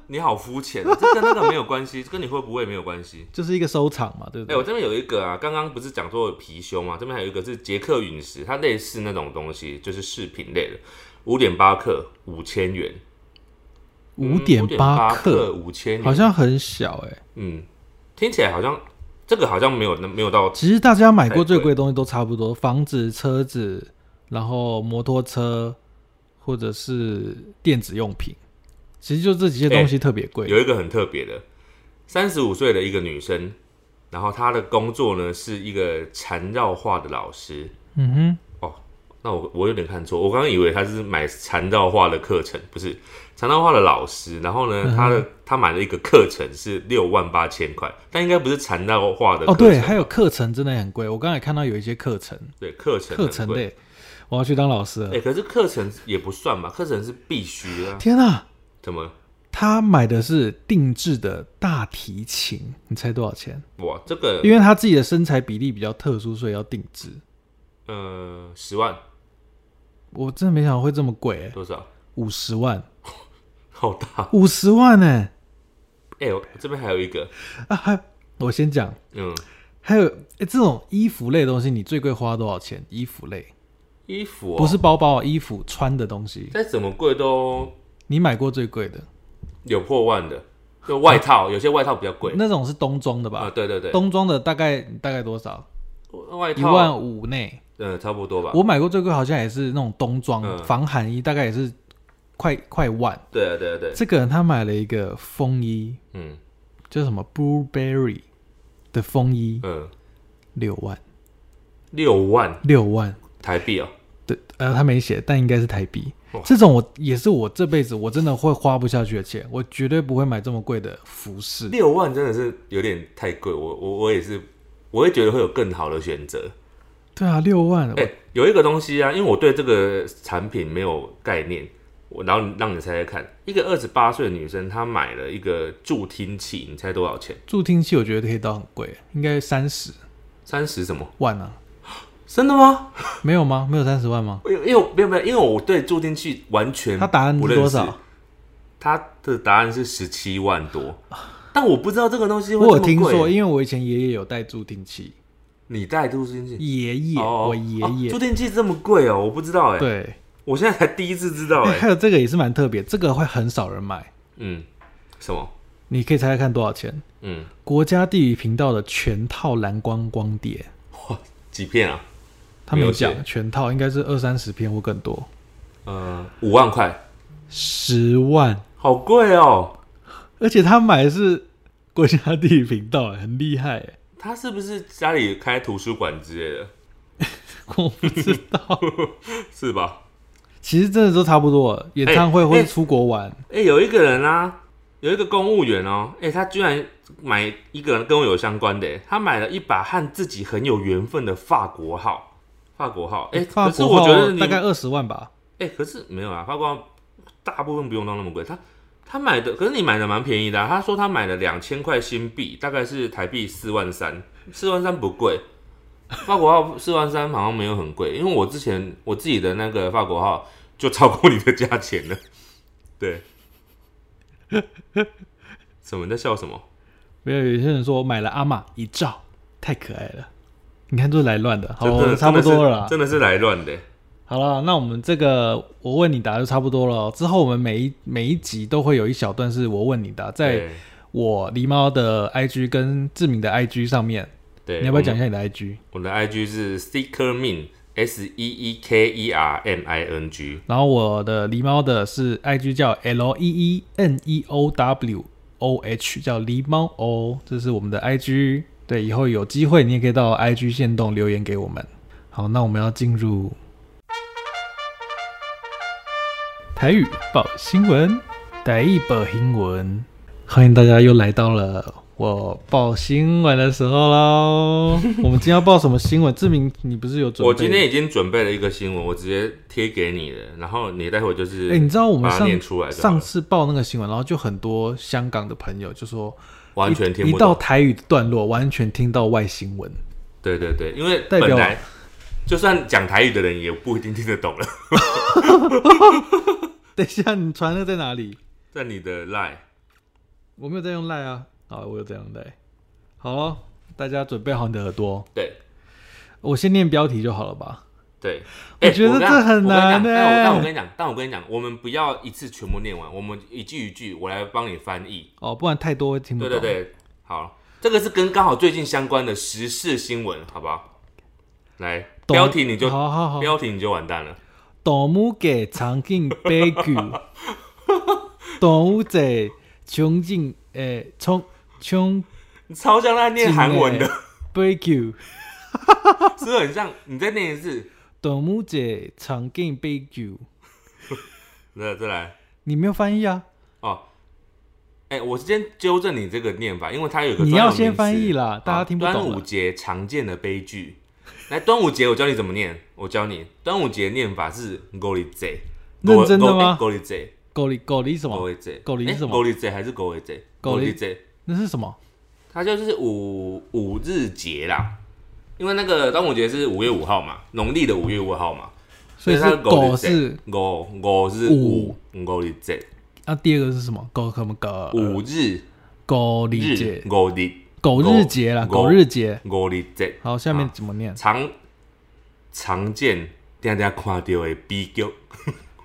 Speaker 2: 你好肤浅，啊这跟那个没有关系，这跟你会不会没有关系。
Speaker 1: 就是一个收藏嘛，对不
Speaker 2: 哎、
Speaker 1: 对？
Speaker 2: 我这边有一个啊，刚刚不是讲说有貔貅嘛，这边还有一个是捷克陨石，它类似那种东西，就是饰品类的，五点八克，五千元。
Speaker 1: 五点八
Speaker 2: 克，
Speaker 1: 克，
Speaker 2: 五千元，
Speaker 1: 好像很小哎、
Speaker 2: 嗯，听起来好像这个好像没有那没有到
Speaker 1: 其实大家买过
Speaker 2: 太贵
Speaker 1: 最贵的东西都差不
Speaker 2: 哎
Speaker 1: 多，房子、车子，然后摩托车，或者是电子用品，其实就这几些东西特别贵。
Speaker 2: 哎有一个很特别的，三十五岁的一个女生，然后她的工作呢是一个缠绕画的老师。
Speaker 1: 嗯哼，
Speaker 2: 那我我有点看错，我刚刚以为她是买缠绕画的课程，不是缠绕画的老师。然后
Speaker 1: 嗯
Speaker 2: 呢，她的她买了一个课程是六万八千块，但应该不是缠绕画的
Speaker 1: 哦
Speaker 2: 课
Speaker 1: 对，
Speaker 2: 程
Speaker 1: 还有课程真的很贵，我刚才看到有一些课程，
Speaker 2: 对课程
Speaker 1: 课
Speaker 2: 很
Speaker 1: 程
Speaker 2: 贵。
Speaker 1: 类，我要去当老师了。
Speaker 2: 哎、可是课程也不算吧，课程是必须的啊。
Speaker 1: 天啊，
Speaker 2: 怎么？
Speaker 1: 他买的是定制的大提琴，你猜多少钱？
Speaker 2: 哇，这个
Speaker 1: 因为他自己的身材比例比较特殊，所以要定制。
Speaker 2: 呃，十万
Speaker 1: 我真的没想到会这么贵、欸，
Speaker 2: 多少？
Speaker 1: 五十万，
Speaker 2: 好大！
Speaker 1: 五十万呢、
Speaker 2: 哎、我这边还有一个，
Speaker 1: 啊，还我先讲，
Speaker 2: 嗯，
Speaker 1: 还有哎、欸这种衣服类的东西，你最贵花多少钱？衣服类
Speaker 2: 衣服、哦、
Speaker 1: 不是包包，衣服穿的东西，
Speaker 2: 再怎么贵都
Speaker 1: 你买过最贵的
Speaker 2: 有破万的，就外套，有些外套比较贵
Speaker 1: 那种是冬装的
Speaker 2: 啊，
Speaker 1: 吧？
Speaker 2: 对对对，
Speaker 1: 冬装的大概大概多少？
Speaker 2: 外
Speaker 1: 一
Speaker 2: 套
Speaker 1: 万五内。
Speaker 2: 呃差不多吧，
Speaker 1: 我买过最贵好像也是那种冬装、
Speaker 2: 嗯
Speaker 1: 防寒衣，大概也是快快万。
Speaker 2: 对啊对啊对啊，
Speaker 1: 这个人他买了一个风衣，
Speaker 2: 嗯
Speaker 1: 叫什么 Blueberry 的风衣，
Speaker 2: 嗯，
Speaker 1: 六万
Speaker 2: 六万
Speaker 1: 六万，
Speaker 2: 台币哦，
Speaker 1: 对，呃，他没写，但应该是台币
Speaker 2: 哇。
Speaker 1: 这种我也是我这辈子我真的会花不下去的钱，我绝对不会买这么贵的服饰。
Speaker 2: 六万真的是有点太贵，我我我也是，我会觉得会有更好的选择。
Speaker 1: 对啊，六万，
Speaker 2: 哎、有一个东西啊，因为我对这个产品没有概念，我然后你让你猜猜看，一个二十八岁的女生她买了一个助听器，你猜多少钱？
Speaker 1: 助听器我觉得可以到很贵，应该三十
Speaker 2: 三十什么？
Speaker 1: 万啊？
Speaker 2: 真的吗？
Speaker 1: 没有吗？没有三十万吗？
Speaker 2: 因为因为我没有没有，因为我对助听器完全
Speaker 1: 他答案
Speaker 2: 嗯不
Speaker 1: 是
Speaker 2: 认识
Speaker 1: 多少？？
Speaker 2: 他的答案是十七万多，但我不知道这个东西会
Speaker 1: 我有
Speaker 2: 这么
Speaker 1: 听
Speaker 2: 贵
Speaker 1: 说，因为我以前爷爷有带助听器，
Speaker 2: 你带助听器，
Speaker 1: 爷爷，
Speaker 2: 哦
Speaker 1: 我爷爷，
Speaker 2: 哦助听器这么贵哦，我不知道哎，
Speaker 1: 对、
Speaker 2: 我现在才第一次知道
Speaker 1: 哎 (laughs)
Speaker 2: 哎，
Speaker 1: 还有这个也是蛮特别，这个会很少人买，
Speaker 2: 嗯，什么？
Speaker 1: 你可以猜猜看多少钱？
Speaker 2: 嗯，
Speaker 1: 国家地理频道的全套蓝光光碟，
Speaker 2: 哇，几片啊？
Speaker 1: 他没有
Speaker 2: 没有
Speaker 1: 讲全套，应该是二三十片或更多，
Speaker 2: 呃，五万块，
Speaker 1: 十万，
Speaker 2: 好贵哦。
Speaker 1: 而且他买的是国家地理频道，哎很厉害， (laughs) 哎
Speaker 2: 他是不是家里开图书馆之类的？
Speaker 1: 我不知道，
Speaker 2: 是吧？
Speaker 1: 其实真的都差不多了，演唱会或者出国玩，
Speaker 2: 哎、有一个人啊，有一个公务员哦，哎、他居然买一个跟我有相关的耶，他买了一把和自己很有缘分的法国号，法国号，哎、
Speaker 1: 法
Speaker 2: 可是
Speaker 1: 国
Speaker 2: 我觉
Speaker 1: 号
Speaker 2: 得你，
Speaker 1: 大概
Speaker 2: 哎、
Speaker 1: 二十万吧，
Speaker 2: 可是没有啊，法国号大部分不用到那么贵，他他买的，可是你买的蛮便宜的、啊，他说他买了两千块新币，大概是台币四万三，四万三不贵。法国号四万三好像没有很贵，因为我之前我自己的那个法国号就超过你的价钱了。对，什么你在笑什么？
Speaker 1: 没有，有些人说买了阿玛一照，太可爱了。你看，就是来乱的，好，
Speaker 2: 真
Speaker 1: 我
Speaker 2: 的
Speaker 1: 们差不多了啦。
Speaker 2: 真的是真的是来乱的。
Speaker 1: 好了，那我们这个我问你答就差不多了哦。之后我们每一每一集都会有一小段是我问你答，在
Speaker 2: 对
Speaker 1: 我狸猫的 IG 跟志明的 IG 上面，
Speaker 2: 对，
Speaker 1: 你要不要讲
Speaker 2: 我
Speaker 1: 一
Speaker 2: 们？
Speaker 1: 下你的 IG？
Speaker 2: 我的 IG 是 Seeker Min S E E K E R M I N G。
Speaker 1: 然后我的狸猫的是 IG 叫 L E E N E O W O H，叫狸猫哦，这是我们的 IG。对，以后有机会你也可以到 IG 线动留言给我们。好，那我们要进入台语报新闻，台语报新闻，欢迎大家又来到了。我报新闻的时候
Speaker 2: (laughs)
Speaker 1: 喽，我们今天要报什么新闻？志明，你不是有准备？
Speaker 2: 我今天已经准备了一个新闻，我直接贴给你了，然后你待会就是，
Speaker 1: 哎、你知道我们
Speaker 2: 把它
Speaker 1: 上
Speaker 2: 念出来就好了
Speaker 1: 上次报那个新闻，然后就很多香港的朋友就说，
Speaker 2: 完全听
Speaker 1: 一
Speaker 2: 不
Speaker 1: 到
Speaker 2: 懂。
Speaker 1: 台语的段落，完全听到外星文。 (laughs)
Speaker 2: 对对对，因为
Speaker 1: 代表
Speaker 2: 本来
Speaker 1: (laughs)
Speaker 2: 就算讲台语的人也不一定听得懂了。
Speaker 1: 等一下，你传的在哪里？
Speaker 2: 在你的 line，
Speaker 1: 我没有在用赖啊，啊，我有在用赖。好了，大家准备好你的耳朵，
Speaker 2: 对
Speaker 1: 我先念标题就好了吧？
Speaker 2: 对，
Speaker 1: 我
Speaker 2: 欸
Speaker 1: 觉得
Speaker 2: 跟你
Speaker 1: 这
Speaker 2: 讲
Speaker 1: 很难
Speaker 2: 我
Speaker 1: 欸
Speaker 2: 跟你讲但我但我跟你讲，但我跟你讲，我们不要一次全部念完，我们一句一句，我来帮你翻译。
Speaker 1: 哦，不然太多会听不
Speaker 2: 对
Speaker 1: 懂。
Speaker 2: 对对，好，这个是跟刚好最近相关的时事新闻，好不好？来，
Speaker 1: 懂
Speaker 2: 标题你就
Speaker 1: 好好好，
Speaker 2: 标题你就完蛋了。
Speaker 1: 动物给长颈悲
Speaker 2: (laughs)
Speaker 1: 剧，动物在穷尽诶穷穷
Speaker 2: 你超像在
Speaker 1: 欸
Speaker 2: 念韩文的，
Speaker 1: 悲剧，
Speaker 2: 是不是很像？你再念一次，
Speaker 1: 动物在长颈悲剧，
Speaker 2: 再再来
Speaker 1: 你没有翻译啊？
Speaker 2: 哦。哎、我先纠正你这个念法，因为它有个
Speaker 1: 你
Speaker 2: 专有
Speaker 1: 要
Speaker 2: 名词
Speaker 1: 先翻译啦
Speaker 2: 好
Speaker 1: 大家听不懂
Speaker 2: 端
Speaker 1: 啦
Speaker 2: 午节常见的悲剧，来，端午节我教你怎么念，我教你，端午节念法是 g o l i z e
Speaker 1: 认真的吗
Speaker 2: g o l i z e
Speaker 1: 狗里狗里什
Speaker 2: g o
Speaker 1: 么？
Speaker 2: l i z e
Speaker 1: 狗梨是什么
Speaker 2: g o l i z e 还是 g o l i z e g o
Speaker 1: 狗
Speaker 2: l
Speaker 1: 梨
Speaker 2: i z e
Speaker 1: 那是什么？
Speaker 2: 它就是五五日节啦，因为那个端午节是五月五号嘛，农历的五月五号嘛，
Speaker 1: 所以
Speaker 2: 它
Speaker 1: 是
Speaker 2: 的
Speaker 1: 狗
Speaker 2: 日
Speaker 1: 是
Speaker 2: 节狗狗是五
Speaker 1: 五
Speaker 2: 五日节
Speaker 1: 啊，第二个是什么？狗什么狗？呃
Speaker 2: 五日
Speaker 1: 狗日
Speaker 2: 日
Speaker 1: 节，
Speaker 2: 五日
Speaker 1: 狗日节啦，
Speaker 2: 狗啊
Speaker 1: 狗日节。
Speaker 2: 五日节
Speaker 1: 好，下面怎么念？
Speaker 2: 常常见定定看到的悲剧。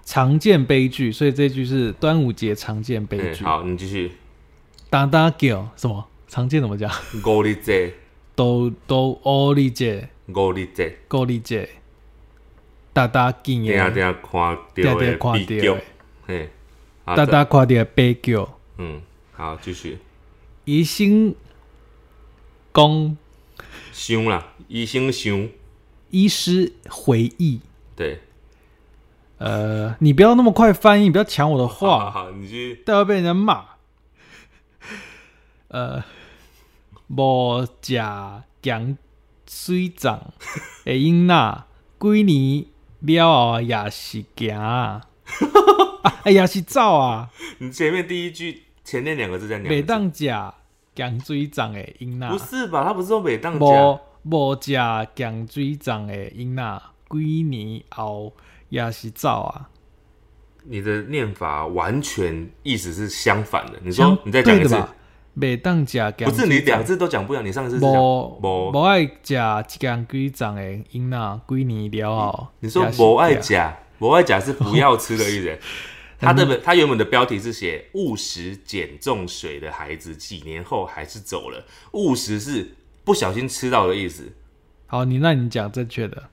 Speaker 1: 常见悲剧，所以这句是端午节常见悲
Speaker 2: 嗯，
Speaker 1: 剧。
Speaker 2: 好，你继续
Speaker 1: 打打狗什么？常见怎么讲？
Speaker 2: 五日节
Speaker 1: 都都哦欧丽姐、
Speaker 2: 五日节
Speaker 1: 高丽姐，大大敬
Speaker 2: 定定
Speaker 1: 耶，
Speaker 2: 看
Speaker 1: 大
Speaker 2: 到的
Speaker 1: 大
Speaker 2: 悲
Speaker 1: 看
Speaker 2: 剧
Speaker 1: 到，。
Speaker 2: 嘿，好
Speaker 1: 大大看到悲剧，
Speaker 2: 嗯，好，继续
Speaker 1: 医生讲，
Speaker 2: 想啦，医生想，
Speaker 1: 医师回忆。
Speaker 2: 对，
Speaker 1: 呃，啊你不要那么快翻译，你不要抢我的
Speaker 2: 好好
Speaker 1: 话，
Speaker 2: 好，你去
Speaker 1: 待会被人家骂。呃，无食强水涨的囡仔，几年了后也是行 (laughs) 啊，啊也是走啊，
Speaker 2: 你前面第一句前面两个字在念
Speaker 1: 袂，当食强水涨的囡
Speaker 2: 不
Speaker 1: 仔，
Speaker 2: 是吧？他不是说每当
Speaker 1: 无
Speaker 2: 讲，
Speaker 1: 无食强水涨的囡仔，几年后也是走啊。
Speaker 2: 你的念法完全意思是相反的。你
Speaker 1: 相
Speaker 2: 说你再讲一
Speaker 1: 对的
Speaker 2: 次，
Speaker 1: 吧，袂当食强
Speaker 2: 不是你
Speaker 1: 水
Speaker 2: 两次都讲不了，你上次是讲
Speaker 1: 无
Speaker 2: 无，
Speaker 1: 无爱食一工几粽的囡仔，几年了后，
Speaker 2: 你说
Speaker 1: 也是啊
Speaker 2: 无爱
Speaker 1: 吃
Speaker 2: 甲，无爱甲是不要吃的意
Speaker 1: (laughs)
Speaker 2: 思。他的本他原本的标题是写“误食减重水的孩子几年后还是走了”，误食是不小心吃到的意思。
Speaker 1: 好，你那你讲正确的，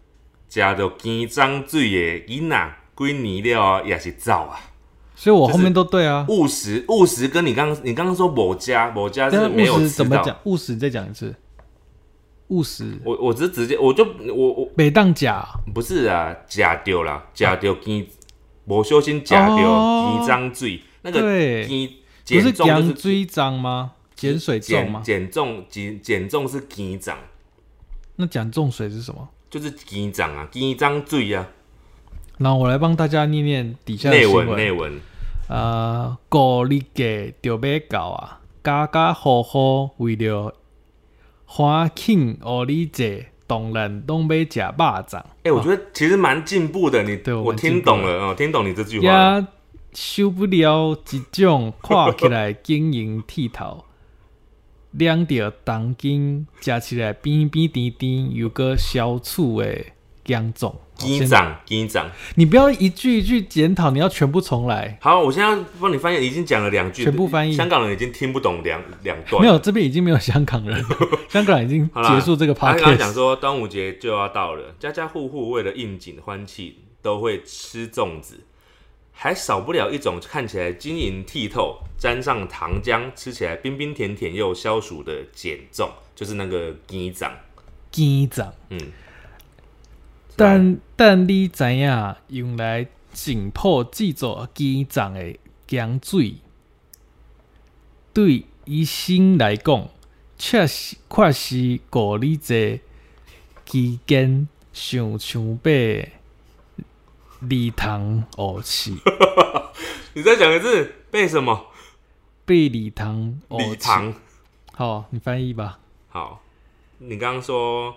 Speaker 2: 食到见脏水的囡仔，几年了也是走啊。
Speaker 1: 所以我
Speaker 2: 就是
Speaker 1: 后面都对啊。
Speaker 2: 务实，务实跟你刚你刚刚说某家某家
Speaker 1: 但
Speaker 2: 是
Speaker 1: 是务
Speaker 2: 没有
Speaker 1: 实
Speaker 2: 吃
Speaker 1: 怎么
Speaker 2: 到，
Speaker 1: 讲？务实再讲一次，务实
Speaker 2: 我我只是直接我就我我
Speaker 1: 每当假
Speaker 2: 不是啊，假丢啦，假丢见，某修心假丢
Speaker 1: 哦
Speaker 2: 见脏罪，那个
Speaker 1: 对，
Speaker 2: 见
Speaker 1: 不是
Speaker 2: 减重
Speaker 1: 降
Speaker 2: 就是
Speaker 1: 水涨吗？减水重
Speaker 2: 减
Speaker 1: 吗？
Speaker 2: 减重减减重是见长，
Speaker 1: 那讲重水是什么？
Speaker 2: 就是见长啊，见脏罪啊，
Speaker 1: 然后我来帮大家念念底下的
Speaker 2: 内
Speaker 1: 新
Speaker 2: 文
Speaker 1: 闻。
Speaker 2: 内文，
Speaker 1: 呃，五日节就要到啊，家家户户为了欢庆五日节，当然拢要食肉粽。
Speaker 2: 哎，我觉得其实蛮进步的，你
Speaker 1: 哦对我
Speaker 2: 我
Speaker 1: 蛮
Speaker 2: 听
Speaker 1: 进步
Speaker 2: 懂了，哦，听懂你这句话了，
Speaker 1: 也受不了一种看起来晶莹剔透，两条当筋，食起来边边甜甜，又个消醋的姜粽。好
Speaker 2: 见
Speaker 1: 先
Speaker 2: 长见长。
Speaker 1: 你不要一句一句检讨，你要全部重
Speaker 2: (laughs)
Speaker 1: 来。
Speaker 2: 好，我现在帮你翻译，已经讲了两句，
Speaker 1: 全部翻译
Speaker 2: 香港人已经听不懂两两段。
Speaker 1: 没有，这边已经没有香港
Speaker 2: (laughs)
Speaker 1: 人了，香港人已经
Speaker 2: 好啦
Speaker 1: 结束这个
Speaker 2: 他刚刚
Speaker 1: podcast
Speaker 2: 讲。说端午节就要到了，家家户户为了应景欢庆，都会吃粽子，还少不了一种看起来晶莹剔透、沾上糖浆、吃起来冰冰甜甜又消暑的碱粽，就是那个鸡掌。
Speaker 1: 鸡掌，
Speaker 2: 嗯，啊
Speaker 1: 但但你知影用来紧迫制作鸡掌的姜水，对医生来讲，确实确实鼓励者期间想想被礼堂学起，
Speaker 2: 你再讲一次，背什么？嗯
Speaker 1: 被礼堂
Speaker 2: 礼
Speaker 1: 学起。
Speaker 2: 堂。
Speaker 1: 好，你翻译吧，
Speaker 2: 好，你刚刚说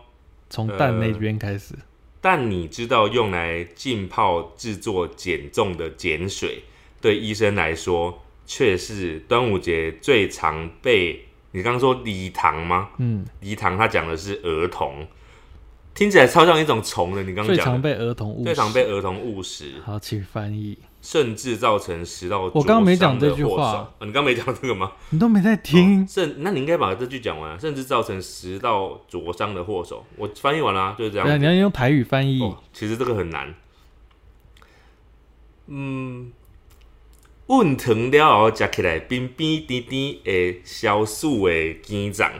Speaker 1: 从蛋那边开始。
Speaker 2: 但你知道用来浸泡制作减重的碱水，对医生来说却是端午节最常被你刚刚说梨糖吗？
Speaker 1: 嗯，
Speaker 2: 梨糖它讲的是儿童，听起来超像一种虫的。你刚刚
Speaker 1: 最
Speaker 2: 讲
Speaker 1: 常
Speaker 2: 的
Speaker 1: 被儿童误食，
Speaker 2: 最常被儿童误食，
Speaker 1: 好，请翻译，
Speaker 2: 甚至造成食道
Speaker 1: 我刚刚没讲
Speaker 2: 灼伤的
Speaker 1: 这句
Speaker 2: 祸
Speaker 1: 话
Speaker 2: 首哦你刚刚没讲这个吗？
Speaker 1: 你都没在听，
Speaker 2: 哦甚那你应该把这句讲完啊，甚至造成食道灼伤的祸首。我翻译完啦、就是这
Speaker 1: 对啊，
Speaker 2: 样
Speaker 1: 你
Speaker 2: 子。
Speaker 1: 要用台语翻译，
Speaker 2: 哦，其实这个很难。嗯，温糖了后食起来冰冰甜甜的消暑的鸡掌，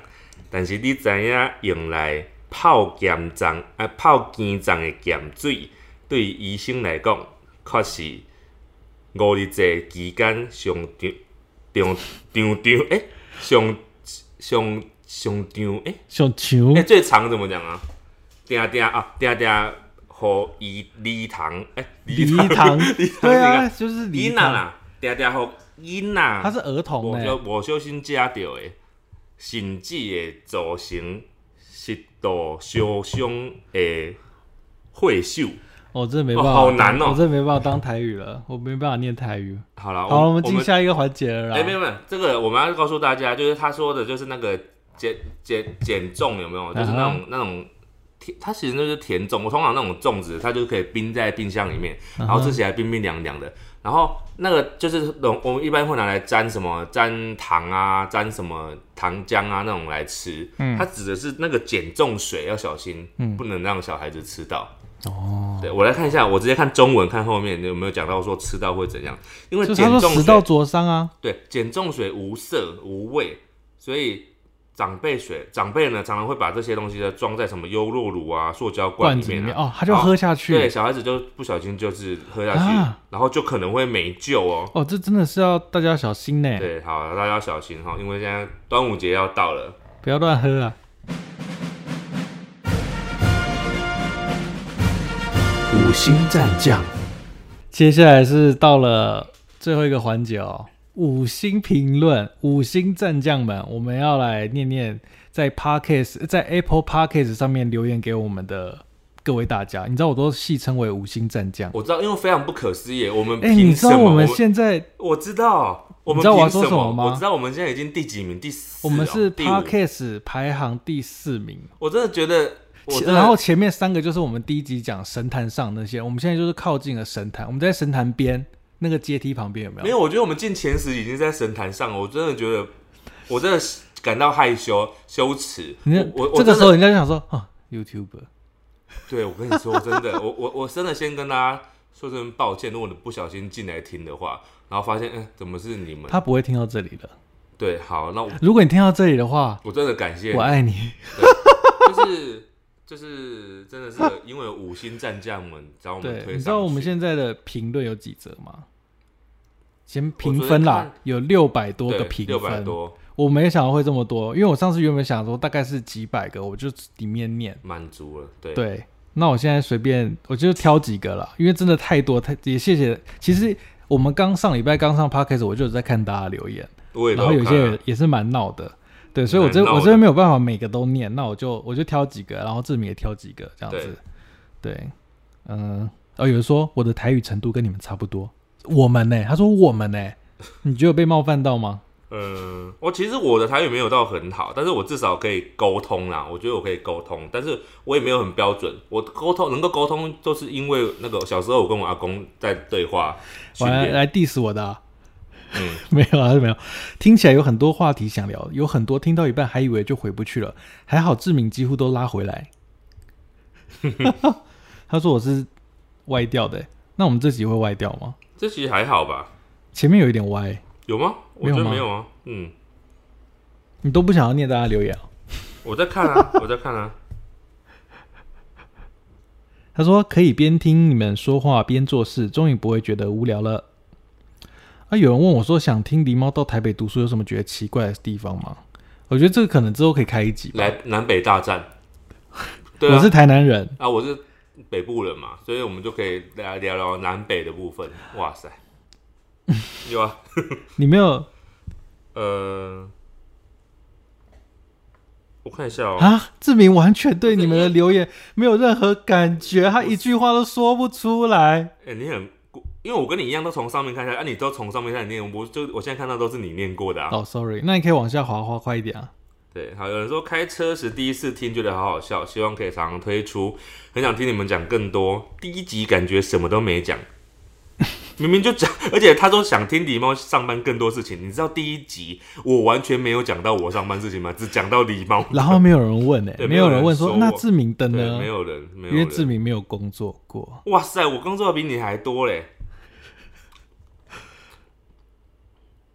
Speaker 2: 但是你知影用来泡咸粽啊泡鸡掌的咸水，对于医生来讲，确实五日节期间上场上上场诶上上上场诶。
Speaker 1: 小球
Speaker 2: 哎、，最长怎么讲啊？嗲嗲啊，嗲嗲和伊礼堂，哎、
Speaker 1: 梨
Speaker 2: 礼堂
Speaker 1: 糖，对啊，
Speaker 2: 你
Speaker 1: 就是梨
Speaker 2: 囡仔
Speaker 1: 糖，
Speaker 2: 啦，哦嗲嗲和囡仔，
Speaker 1: 它是儿童
Speaker 2: 无
Speaker 1: 哎、
Speaker 2: 小无小心食到的，甚至会造成食道烧伤的会秀。
Speaker 1: 我真的没办法，
Speaker 2: 哦好难哦
Speaker 1: 我真的没办法当台语了，我没办法念台语。
Speaker 2: 好了，
Speaker 1: 好，
Speaker 2: 我
Speaker 1: 我们
Speaker 2: 们
Speaker 1: 进下一个环节了
Speaker 2: 哎、
Speaker 1: 啦。
Speaker 2: 没有没有，这个我们要告诉大家，就是他说的，就是那个减减减重有没
Speaker 1: 嗯
Speaker 2: 有？就是那种、那种甜，它其实就是甜粽。我通常那种粽子，它就可以冰在冰箱里面，
Speaker 1: 嗯
Speaker 2: 然后吃起来冰冰凉凉的。然后那个就是那种我们一般会拿来沾什么沾糖啊，沾什么糖浆啊那种来吃。
Speaker 1: 嗯
Speaker 2: 它指的是那个减重水，要小心，不能让小孩子吃到。
Speaker 1: 哦，
Speaker 2: 对我来看一下，我直接看中文，看后面有没有讲到说吃到会怎样，因为
Speaker 1: 就是
Speaker 2: 减
Speaker 1: 他说
Speaker 2: 重水
Speaker 1: 食道灼伤啊，
Speaker 2: 对，碱重水无色无味，所以长辈水长辈呢常常会把这些东西呢装在什么优酪乳啊、塑胶罐
Speaker 1: 罐
Speaker 2: 里
Speaker 1: 子里
Speaker 2: 面
Speaker 1: 面
Speaker 2: 啊。
Speaker 1: 哦，他就喝下
Speaker 2: 对，
Speaker 1: 去。
Speaker 2: 小孩子就不小心就是喝下去，
Speaker 1: 啊
Speaker 2: 然后就可能会没救哦。
Speaker 1: 哦，这真的是要大家要小心呢，
Speaker 2: 对，好，大家要小心哈，因为现在端午节要到了。
Speaker 1: 不要乱喝啊。
Speaker 3: 五星战将，
Speaker 1: 接下来是到了最后一个环节哦，五星评论，五星战将们，我们要来念念在 Podcast 在 Apple Podcast 上面留言给我们的各位大家，你知道我都戏称为五星战将。
Speaker 2: 我知道，因为非常不可思议，我们
Speaker 1: 哎、你
Speaker 2: 凭
Speaker 1: 知
Speaker 2: 什
Speaker 1: 道
Speaker 2: 么？
Speaker 1: 我
Speaker 2: 我啊
Speaker 1: 们现在
Speaker 2: 我知道，我们
Speaker 1: 你知道我要
Speaker 2: 凭
Speaker 1: 说
Speaker 2: 什
Speaker 1: 什么吗
Speaker 2: 我知道我们现在已经第几名？第四哦、
Speaker 1: 我们是
Speaker 2: 第五。
Speaker 1: Podcast 排行第四名，
Speaker 2: 我真的觉得，我
Speaker 1: 其
Speaker 2: 真的
Speaker 1: 然后前面三个就是我们第一集讲神坛上那些，我们现在就是靠近了神坛，我们在神坛边那个阶梯旁边有没有？
Speaker 2: 没有，我觉得我们进前十已经在神坛上了。我真的觉得，我真的感到害羞、羞耻。
Speaker 1: 你看
Speaker 2: 我我我
Speaker 1: 这个
Speaker 2: 真
Speaker 1: 时
Speaker 2: 的
Speaker 1: 候人家就想说啊，YouTuber。
Speaker 2: 对我跟你说，真的，我我我真的先跟大家说声抱歉，如果你不小心进来听的话，然后发现，嗯、怎么是你们？
Speaker 1: 他不会听到这里的。
Speaker 2: 对，好，那我
Speaker 1: 如果你听到这里的话，
Speaker 2: 我真的感谢你
Speaker 1: 我，爱你。
Speaker 2: 就是就是真的是因为五星战将们找我们
Speaker 1: 对，
Speaker 2: 推上去，
Speaker 1: 你知道我们现在的评论有几则吗？先评
Speaker 2: 我昨
Speaker 1: 分
Speaker 2: 天
Speaker 1: 啦
Speaker 2: 看，
Speaker 1: 有六百多个评
Speaker 2: 六百
Speaker 1: 分，
Speaker 2: 多
Speaker 1: 我没想到会这么多，因为我上次原本想说大概是几百个，我就里面念。
Speaker 2: 满足了，对
Speaker 1: 对，那我现在随便我就挑几个了，因为真的太多，太也谢谢。其实我们刚上礼拜刚上 podcast，我就有在看大家留言，
Speaker 2: 我也都
Speaker 1: 然后有
Speaker 2: 看啊
Speaker 1: 些
Speaker 2: 了
Speaker 1: 也也是蛮闹的。对，所以我这
Speaker 2: 蛮闹的
Speaker 1: 我这边没有办法每个都念，那我就我就挑几个，然后志明也挑几个这样子。对，嗯、哦，有人说我的台语程度跟你们差不多，我们呢、他说我们呢、你觉得有被冒犯到吗？
Speaker 2: 嗯，我其实我的台语没有到很好，但是我至少可以沟通啦。我觉得我可以沟通，但是我也没有很标准。我沟通能够沟通，都是因为那个小时候我跟我阿公在对话训
Speaker 1: 我来
Speaker 2: 练。
Speaker 1: 来 diss 我的、啊，
Speaker 2: 嗯，
Speaker 1: (laughs) 没有啊，没有。听起来有很多话题想聊，有很多听到一半还以为就回不去了，还好志明几乎都拉回
Speaker 2: (laughs)
Speaker 1: 来。他说我是歪掉的欸、那我们这集会歪掉吗？
Speaker 2: 这其实还好吧？
Speaker 1: 前面有一点歪，
Speaker 2: 有吗？我
Speaker 1: 没有
Speaker 2: 觉得
Speaker 1: 吗
Speaker 2: 没有啊。嗯，
Speaker 1: 你都不想要念大家留言啊、
Speaker 2: 我在
Speaker 1: (laughs)
Speaker 2: 看啊，我在看啊。
Speaker 1: 他说可以边听你们说话边做事，终于不会觉得无聊了。啊，有人问我说，想听狸猫到台北读书有什么觉得奇怪的地方吗？我觉得这个可能之后可以开一集吧。
Speaker 2: 来南北大战，对
Speaker 1: 我
Speaker 2: 啊
Speaker 1: 是，台南人，
Speaker 2: 啊，我是北部人嘛，所以我们就可以来聊聊南北的部分。哇塞，有啊，
Speaker 1: 你没有
Speaker 2: 呃，我看一下哦、
Speaker 1: 啊，志明完全对你们
Speaker 2: (laughs)
Speaker 1: 的留言没有任何感觉，他一句话都说不出来。
Speaker 2: 哎、你很过，因为我跟你一样都从上面看下来，啊，你都从上面开始念，我就我现在看到都是你念过的啊。
Speaker 1: 哦，sorry，那你可以往下滑滑快一点
Speaker 2: (laughs)
Speaker 1: 啊。
Speaker 2: 对，好，有人说开车时第一次听觉得好好笑，希望可以常常推出，很想听你们讲更多。第一集感觉什么都没讲，明明就讲，而且他说想听狸猫上班更多事情。你知道第一集我完全没有讲到我上班事情吗？只讲到狸猫，
Speaker 1: 然后没有人问哎、
Speaker 2: 对
Speaker 1: 没有人问
Speaker 2: 没
Speaker 1: 说
Speaker 2: 有人
Speaker 1: 那
Speaker 2: 说
Speaker 1: 志明的
Speaker 2: 对，
Speaker 1: 呢
Speaker 2: 没？有人，没有
Speaker 1: 因为
Speaker 2: 人。
Speaker 1: 志明没有工作过。
Speaker 2: 哇塞，我工作比你还多嘞。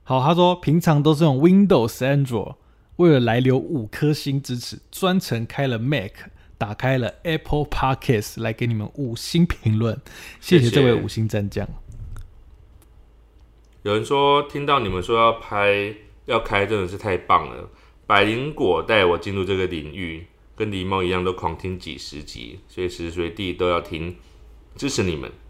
Speaker 1: 好，他说平常都是用 Windows、Android，为了来留五颗星支持，专程开了 Mac，打开了 Apple Podcasts 来给你们五星评论，谢
Speaker 2: 谢谢
Speaker 1: 这位五星战将。
Speaker 2: 有人说听到你们说要拍要开，真的是太棒了。百灵果带我进入这个领域，跟狸猫一样都狂听几十集，随时随地都要听，支持你们。 (laughs)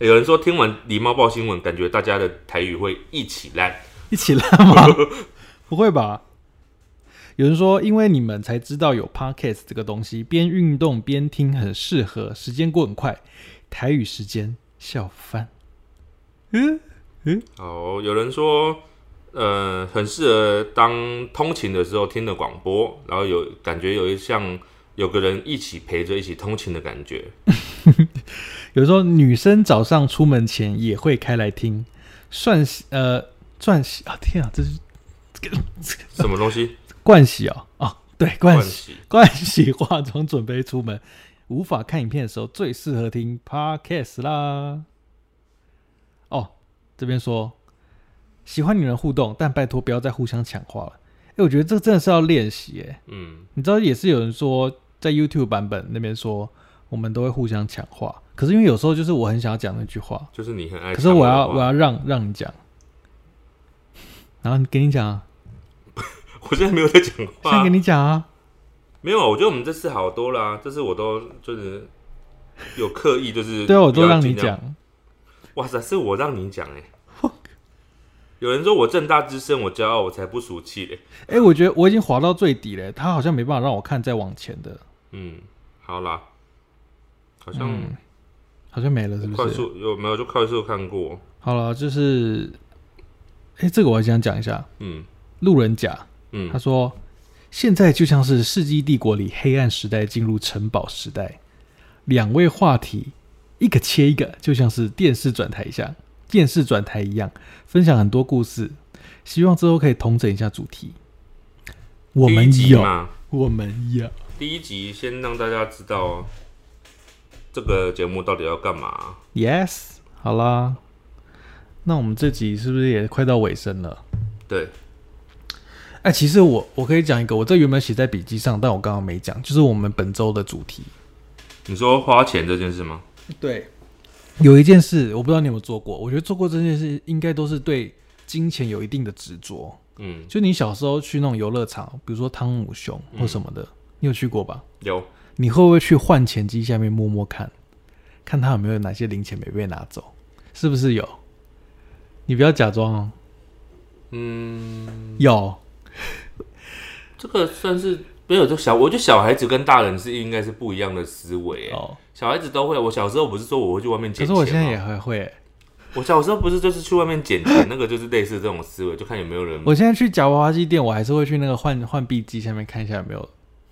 Speaker 2: 欸有人说听完狸猫报新闻，感觉大家的台语会一起烂。
Speaker 1: 一起烂吗？ (laughs) 不会吧？有人说，因为你们才知道有 podcast 这个东西，边运动边听很适合，时间过很快。台语时间笑翻，嗯，
Speaker 2: 哦，有人说，呃，很适合当通勤的时候听的广播，然后有感觉有一像有个人一起陪着一起通勤的感觉。
Speaker 1: 有人说女生早上出门前也会开来听，算是呃钻喜啊，天啊，这是
Speaker 2: 什么东西？
Speaker 1: 冠喜哦，哦，对，冠
Speaker 2: 惯
Speaker 1: 喜
Speaker 2: 习。
Speaker 1: 冠喜化妆准备出门，无法看影片的时候，最适合听 podcast 啦。哦，这边说喜欢与人互动，但拜托不要再互相抢话了。哎、我觉得这真的是要练习哎。
Speaker 2: 嗯，
Speaker 1: 你知道，也是有人说在 YouTube 版本那边说，我们都会互相抢话。可是因为有时候就是我很想要讲那句话，
Speaker 2: 就是你很爱
Speaker 1: 可
Speaker 2: 看
Speaker 1: 是
Speaker 2: 的话。
Speaker 1: 我要我要让让你讲，然后给你讲啊，
Speaker 2: 我现在没有在讲
Speaker 1: 现在
Speaker 2: 话
Speaker 1: 给。你讲啊。
Speaker 2: 没有啊，我觉得我们这次好多啦，这次我都就是有刻意就
Speaker 1: (laughs)
Speaker 2: 是。
Speaker 1: 对啊，我都让你讲。。
Speaker 2: 哇塞，是我让你讲哎、有人说我正大之声，我骄傲，我才不俗气嘞。
Speaker 1: 哎、我觉得我已经滑到最底了，他好像没办法让我看再往前的，
Speaker 2: 嗯，好啦，好像
Speaker 1: 嗯好像没了，是
Speaker 2: 快
Speaker 1: 不是？
Speaker 2: 速有没有就快速看过？
Speaker 1: 好了，就是，哎、这个我还想讲一下，
Speaker 2: 嗯
Speaker 1: 路人甲
Speaker 2: 嗯
Speaker 1: 他，说，现在就像是世纪帝国里黑暗时代进入城堡时代，两位话题一个切一个，就像是电视转台一样，电视转台一样，分享很多故事，希望之后可以统整一下主题。我
Speaker 2: 第一
Speaker 1: 们
Speaker 2: 集
Speaker 1: 有，
Speaker 2: 嘛，
Speaker 1: 我们有，
Speaker 2: 第一集先让大家知道哦这个节目到底要干嘛。
Speaker 1: Yes，好啦，那我们这集是不是也快到尾声了？
Speaker 2: 对，
Speaker 1: 哎、其实我我可以讲一个，我这原本写在笔记上，但我刚刚没讲，就是我们本周的主题。
Speaker 2: 你说花钱这件事吗？
Speaker 1: 对，有一件事我不知道你有没有做过，我觉得做过这件事应该都是对金钱有一定的执着。
Speaker 2: 嗯，
Speaker 1: 就你小时候去那种游乐场，比如说汤姆熊或什么的，你有去过吧？
Speaker 2: 有，
Speaker 1: 你会不会去换钱机下面摸摸看，看他有没有哪些零钱没被拿走？是不是有？你不要假装哦，
Speaker 2: 嗯，
Speaker 1: 有。
Speaker 2: 这个算是没有，就小，我觉得小孩子跟大人是应该是不一样的思维。哎
Speaker 1: 哦，
Speaker 2: 小孩子都会，我小时候不是说我会去外面
Speaker 1: 可
Speaker 2: 捡
Speaker 1: 是
Speaker 2: 钱
Speaker 1: 我现在
Speaker 2: 吗
Speaker 1: 也还会欸、
Speaker 2: 我小时候不是就是去外面捡钱，那个就是类似这种思维，就看有没
Speaker 1: (laughs)
Speaker 2: 有人。
Speaker 1: 嗯我现在去夹娃娃机店，我还是会去那个换换币机下面看一下有没有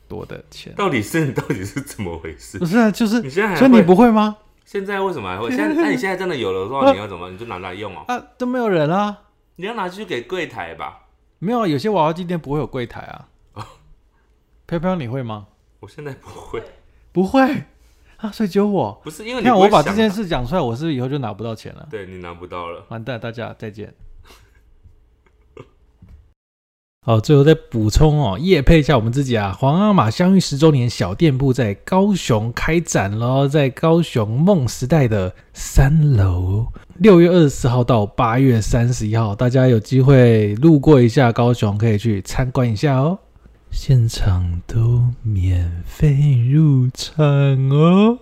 Speaker 1: 多的钱。
Speaker 2: 到底是你到底是怎么回事
Speaker 1: (laughs) 不？是啊，就是
Speaker 2: 你现在还
Speaker 1: 所以你
Speaker 2: 会
Speaker 1: 不会吗？
Speaker 2: 现在为什么还会？现在那你现在真的有了的话，你要怎么办？你就拿来用哦、
Speaker 1: 啊，都没有人啊，
Speaker 2: 你要拿去给柜台吧。
Speaker 1: 没有啊，有些娃娃机店不会有柜台啊。飘飘，你会吗？
Speaker 2: 我现在不会，
Speaker 1: 不会啊，所以只有我。
Speaker 2: 不是因为
Speaker 1: 你
Speaker 2: 你
Speaker 1: 看
Speaker 2: 不
Speaker 1: 我
Speaker 2: 会
Speaker 1: 把
Speaker 2: 想
Speaker 1: 这件，事讲出来，我是不是以后就拿不到钱了？
Speaker 2: 对你拿不到了。
Speaker 1: 完蛋，大家再见。 (laughs) 好，最后再补充哦，夜配一下我们自己啊，皇阿玛相遇十周年小店铺在高雄开展喽，在高雄梦时代的三楼，六月二十四号到八月三十一号，大家有机会路过一下高雄，可以去参观一下哦。现场都免费入场哦。